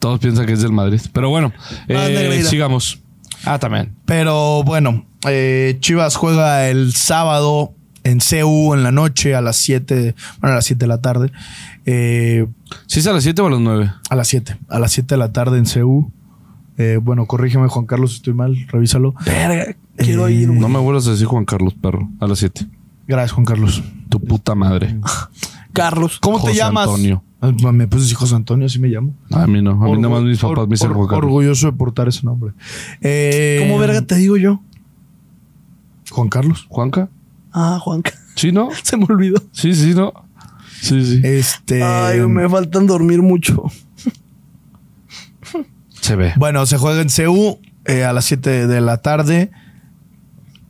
Speaker 3: todos piensan que es del Madrid. Pero bueno, eh,
Speaker 1: Ah, Negreira.
Speaker 3: sigamos. Ah, también.
Speaker 2: Pero bueno, eh, Chivas juega el sábado en CU en la noche a las 7, bueno, a las 7 de la tarde. Eh,
Speaker 3: ¿Sí es a las 7 o a las 9?
Speaker 2: a las 7, a las 7 de la tarde en CU. Eh, bueno, corrígeme, Juan Carlos, si estoy mal, revísalo.
Speaker 3: Eh,
Speaker 1: Verga, quiero ir, güey.
Speaker 3: No me vuelvas a decir Juan Carlos, perro, a las 7.
Speaker 2: Gracias, Juan Carlos.
Speaker 3: Tu puta madre.
Speaker 1: Carlos.
Speaker 2: ¿Cómo
Speaker 3: José
Speaker 2: te llamas?
Speaker 3: Antonio.
Speaker 2: Ah, Me puse José Antonio, así me llamo.
Speaker 3: A mí no. A mí nada más mis papás me dicen
Speaker 2: Or-
Speaker 3: Juan Carlos.
Speaker 2: Orgulloso de portar ese nombre. Eh,
Speaker 1: ¿Cómo verga te digo yo?
Speaker 2: Juan Carlos.
Speaker 3: ¿Juanca?
Speaker 1: Ah, Juanca.
Speaker 3: ¿Sí, no?
Speaker 1: Se me olvidó.
Speaker 3: Sí, sí, no. Sí, sí.
Speaker 1: Eh,
Speaker 3: eh,
Speaker 2: Este.
Speaker 1: Ay, me faltan dormir mucho.
Speaker 3: Se ve.
Speaker 2: Bueno, se juega en CU eh, a las 7 de la tarde.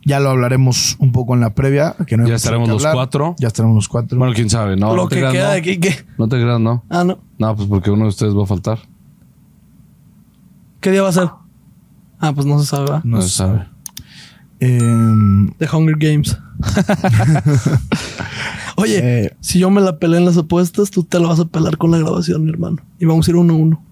Speaker 2: Ya lo hablaremos un poco en la previa. que no hay
Speaker 3: Ya
Speaker 2: mucho
Speaker 3: estaremos
Speaker 2: que
Speaker 3: los
Speaker 2: hablar.
Speaker 3: cuatro.
Speaker 2: Ya estaremos los cuatro.
Speaker 3: Bueno, quién sabe, ¿no?
Speaker 1: Lo
Speaker 3: no te
Speaker 1: que
Speaker 3: creas,
Speaker 1: queda
Speaker 3: no.
Speaker 1: de aquí, ¿qué?
Speaker 3: No te creas, ¿no?
Speaker 1: Ah, no.
Speaker 3: No, pues porque uno de ustedes va a faltar.
Speaker 1: ¿Qué día va a ser? Ah, pues no se sabe, ¿verdad?
Speaker 2: No
Speaker 3: No
Speaker 2: sé.
Speaker 3: se sabe.
Speaker 2: Em,
Speaker 1: The Hunger Games. Oye,
Speaker 2: Eh.
Speaker 1: si yo me la pelé en las apuestas, tú te la vas a pelar con la grabación, mi hermano. Y vamos a ir uno a uno.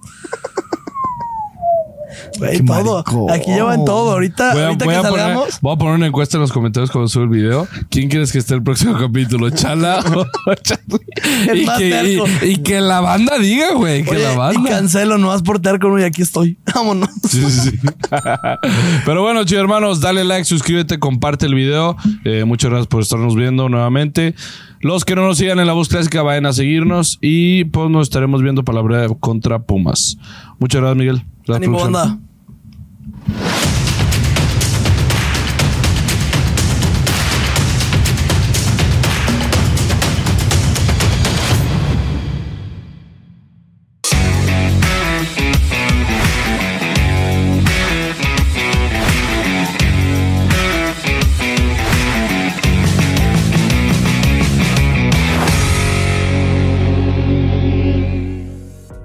Speaker 1: Güey,
Speaker 2: Qué
Speaker 1: todo.
Speaker 2: maricón.
Speaker 1: Aquí llevan todo. Ahorita,
Speaker 3: Voy a,
Speaker 1: Ah, ahorita
Speaker 3: voy
Speaker 1: que
Speaker 3: a poner,
Speaker 1: salgamos.
Speaker 3: voy a poner una encuesta en los comentarios cuando suba el video. ¿Quién quieres que esté el próximo capítulo? ¿Chala o Charlie?
Speaker 1: El
Speaker 3: Y
Speaker 1: más
Speaker 3: que,
Speaker 1: terco.
Speaker 3: y, y que la banda diga, güey. Que
Speaker 1: Oye,
Speaker 3: la
Speaker 1: y
Speaker 3: banda.
Speaker 1: cancelo, no vas por terco, no, y aquí estoy. Vámonos.
Speaker 3: Sí, sí, sí. Pero bueno, chicos hermanos, dale like, suscríbete, comparte el video. Eh, muchas gracias por estarnos viendo nuevamente. Los que no nos sigan en la voz clásica, vayan a seguirnos. Y pues nos estaremos viendo palabra contra Pumas. Muchas gracias, Miguel. Gracias,
Speaker 1: Ánimo,
Speaker 3: producción.
Speaker 1: banda.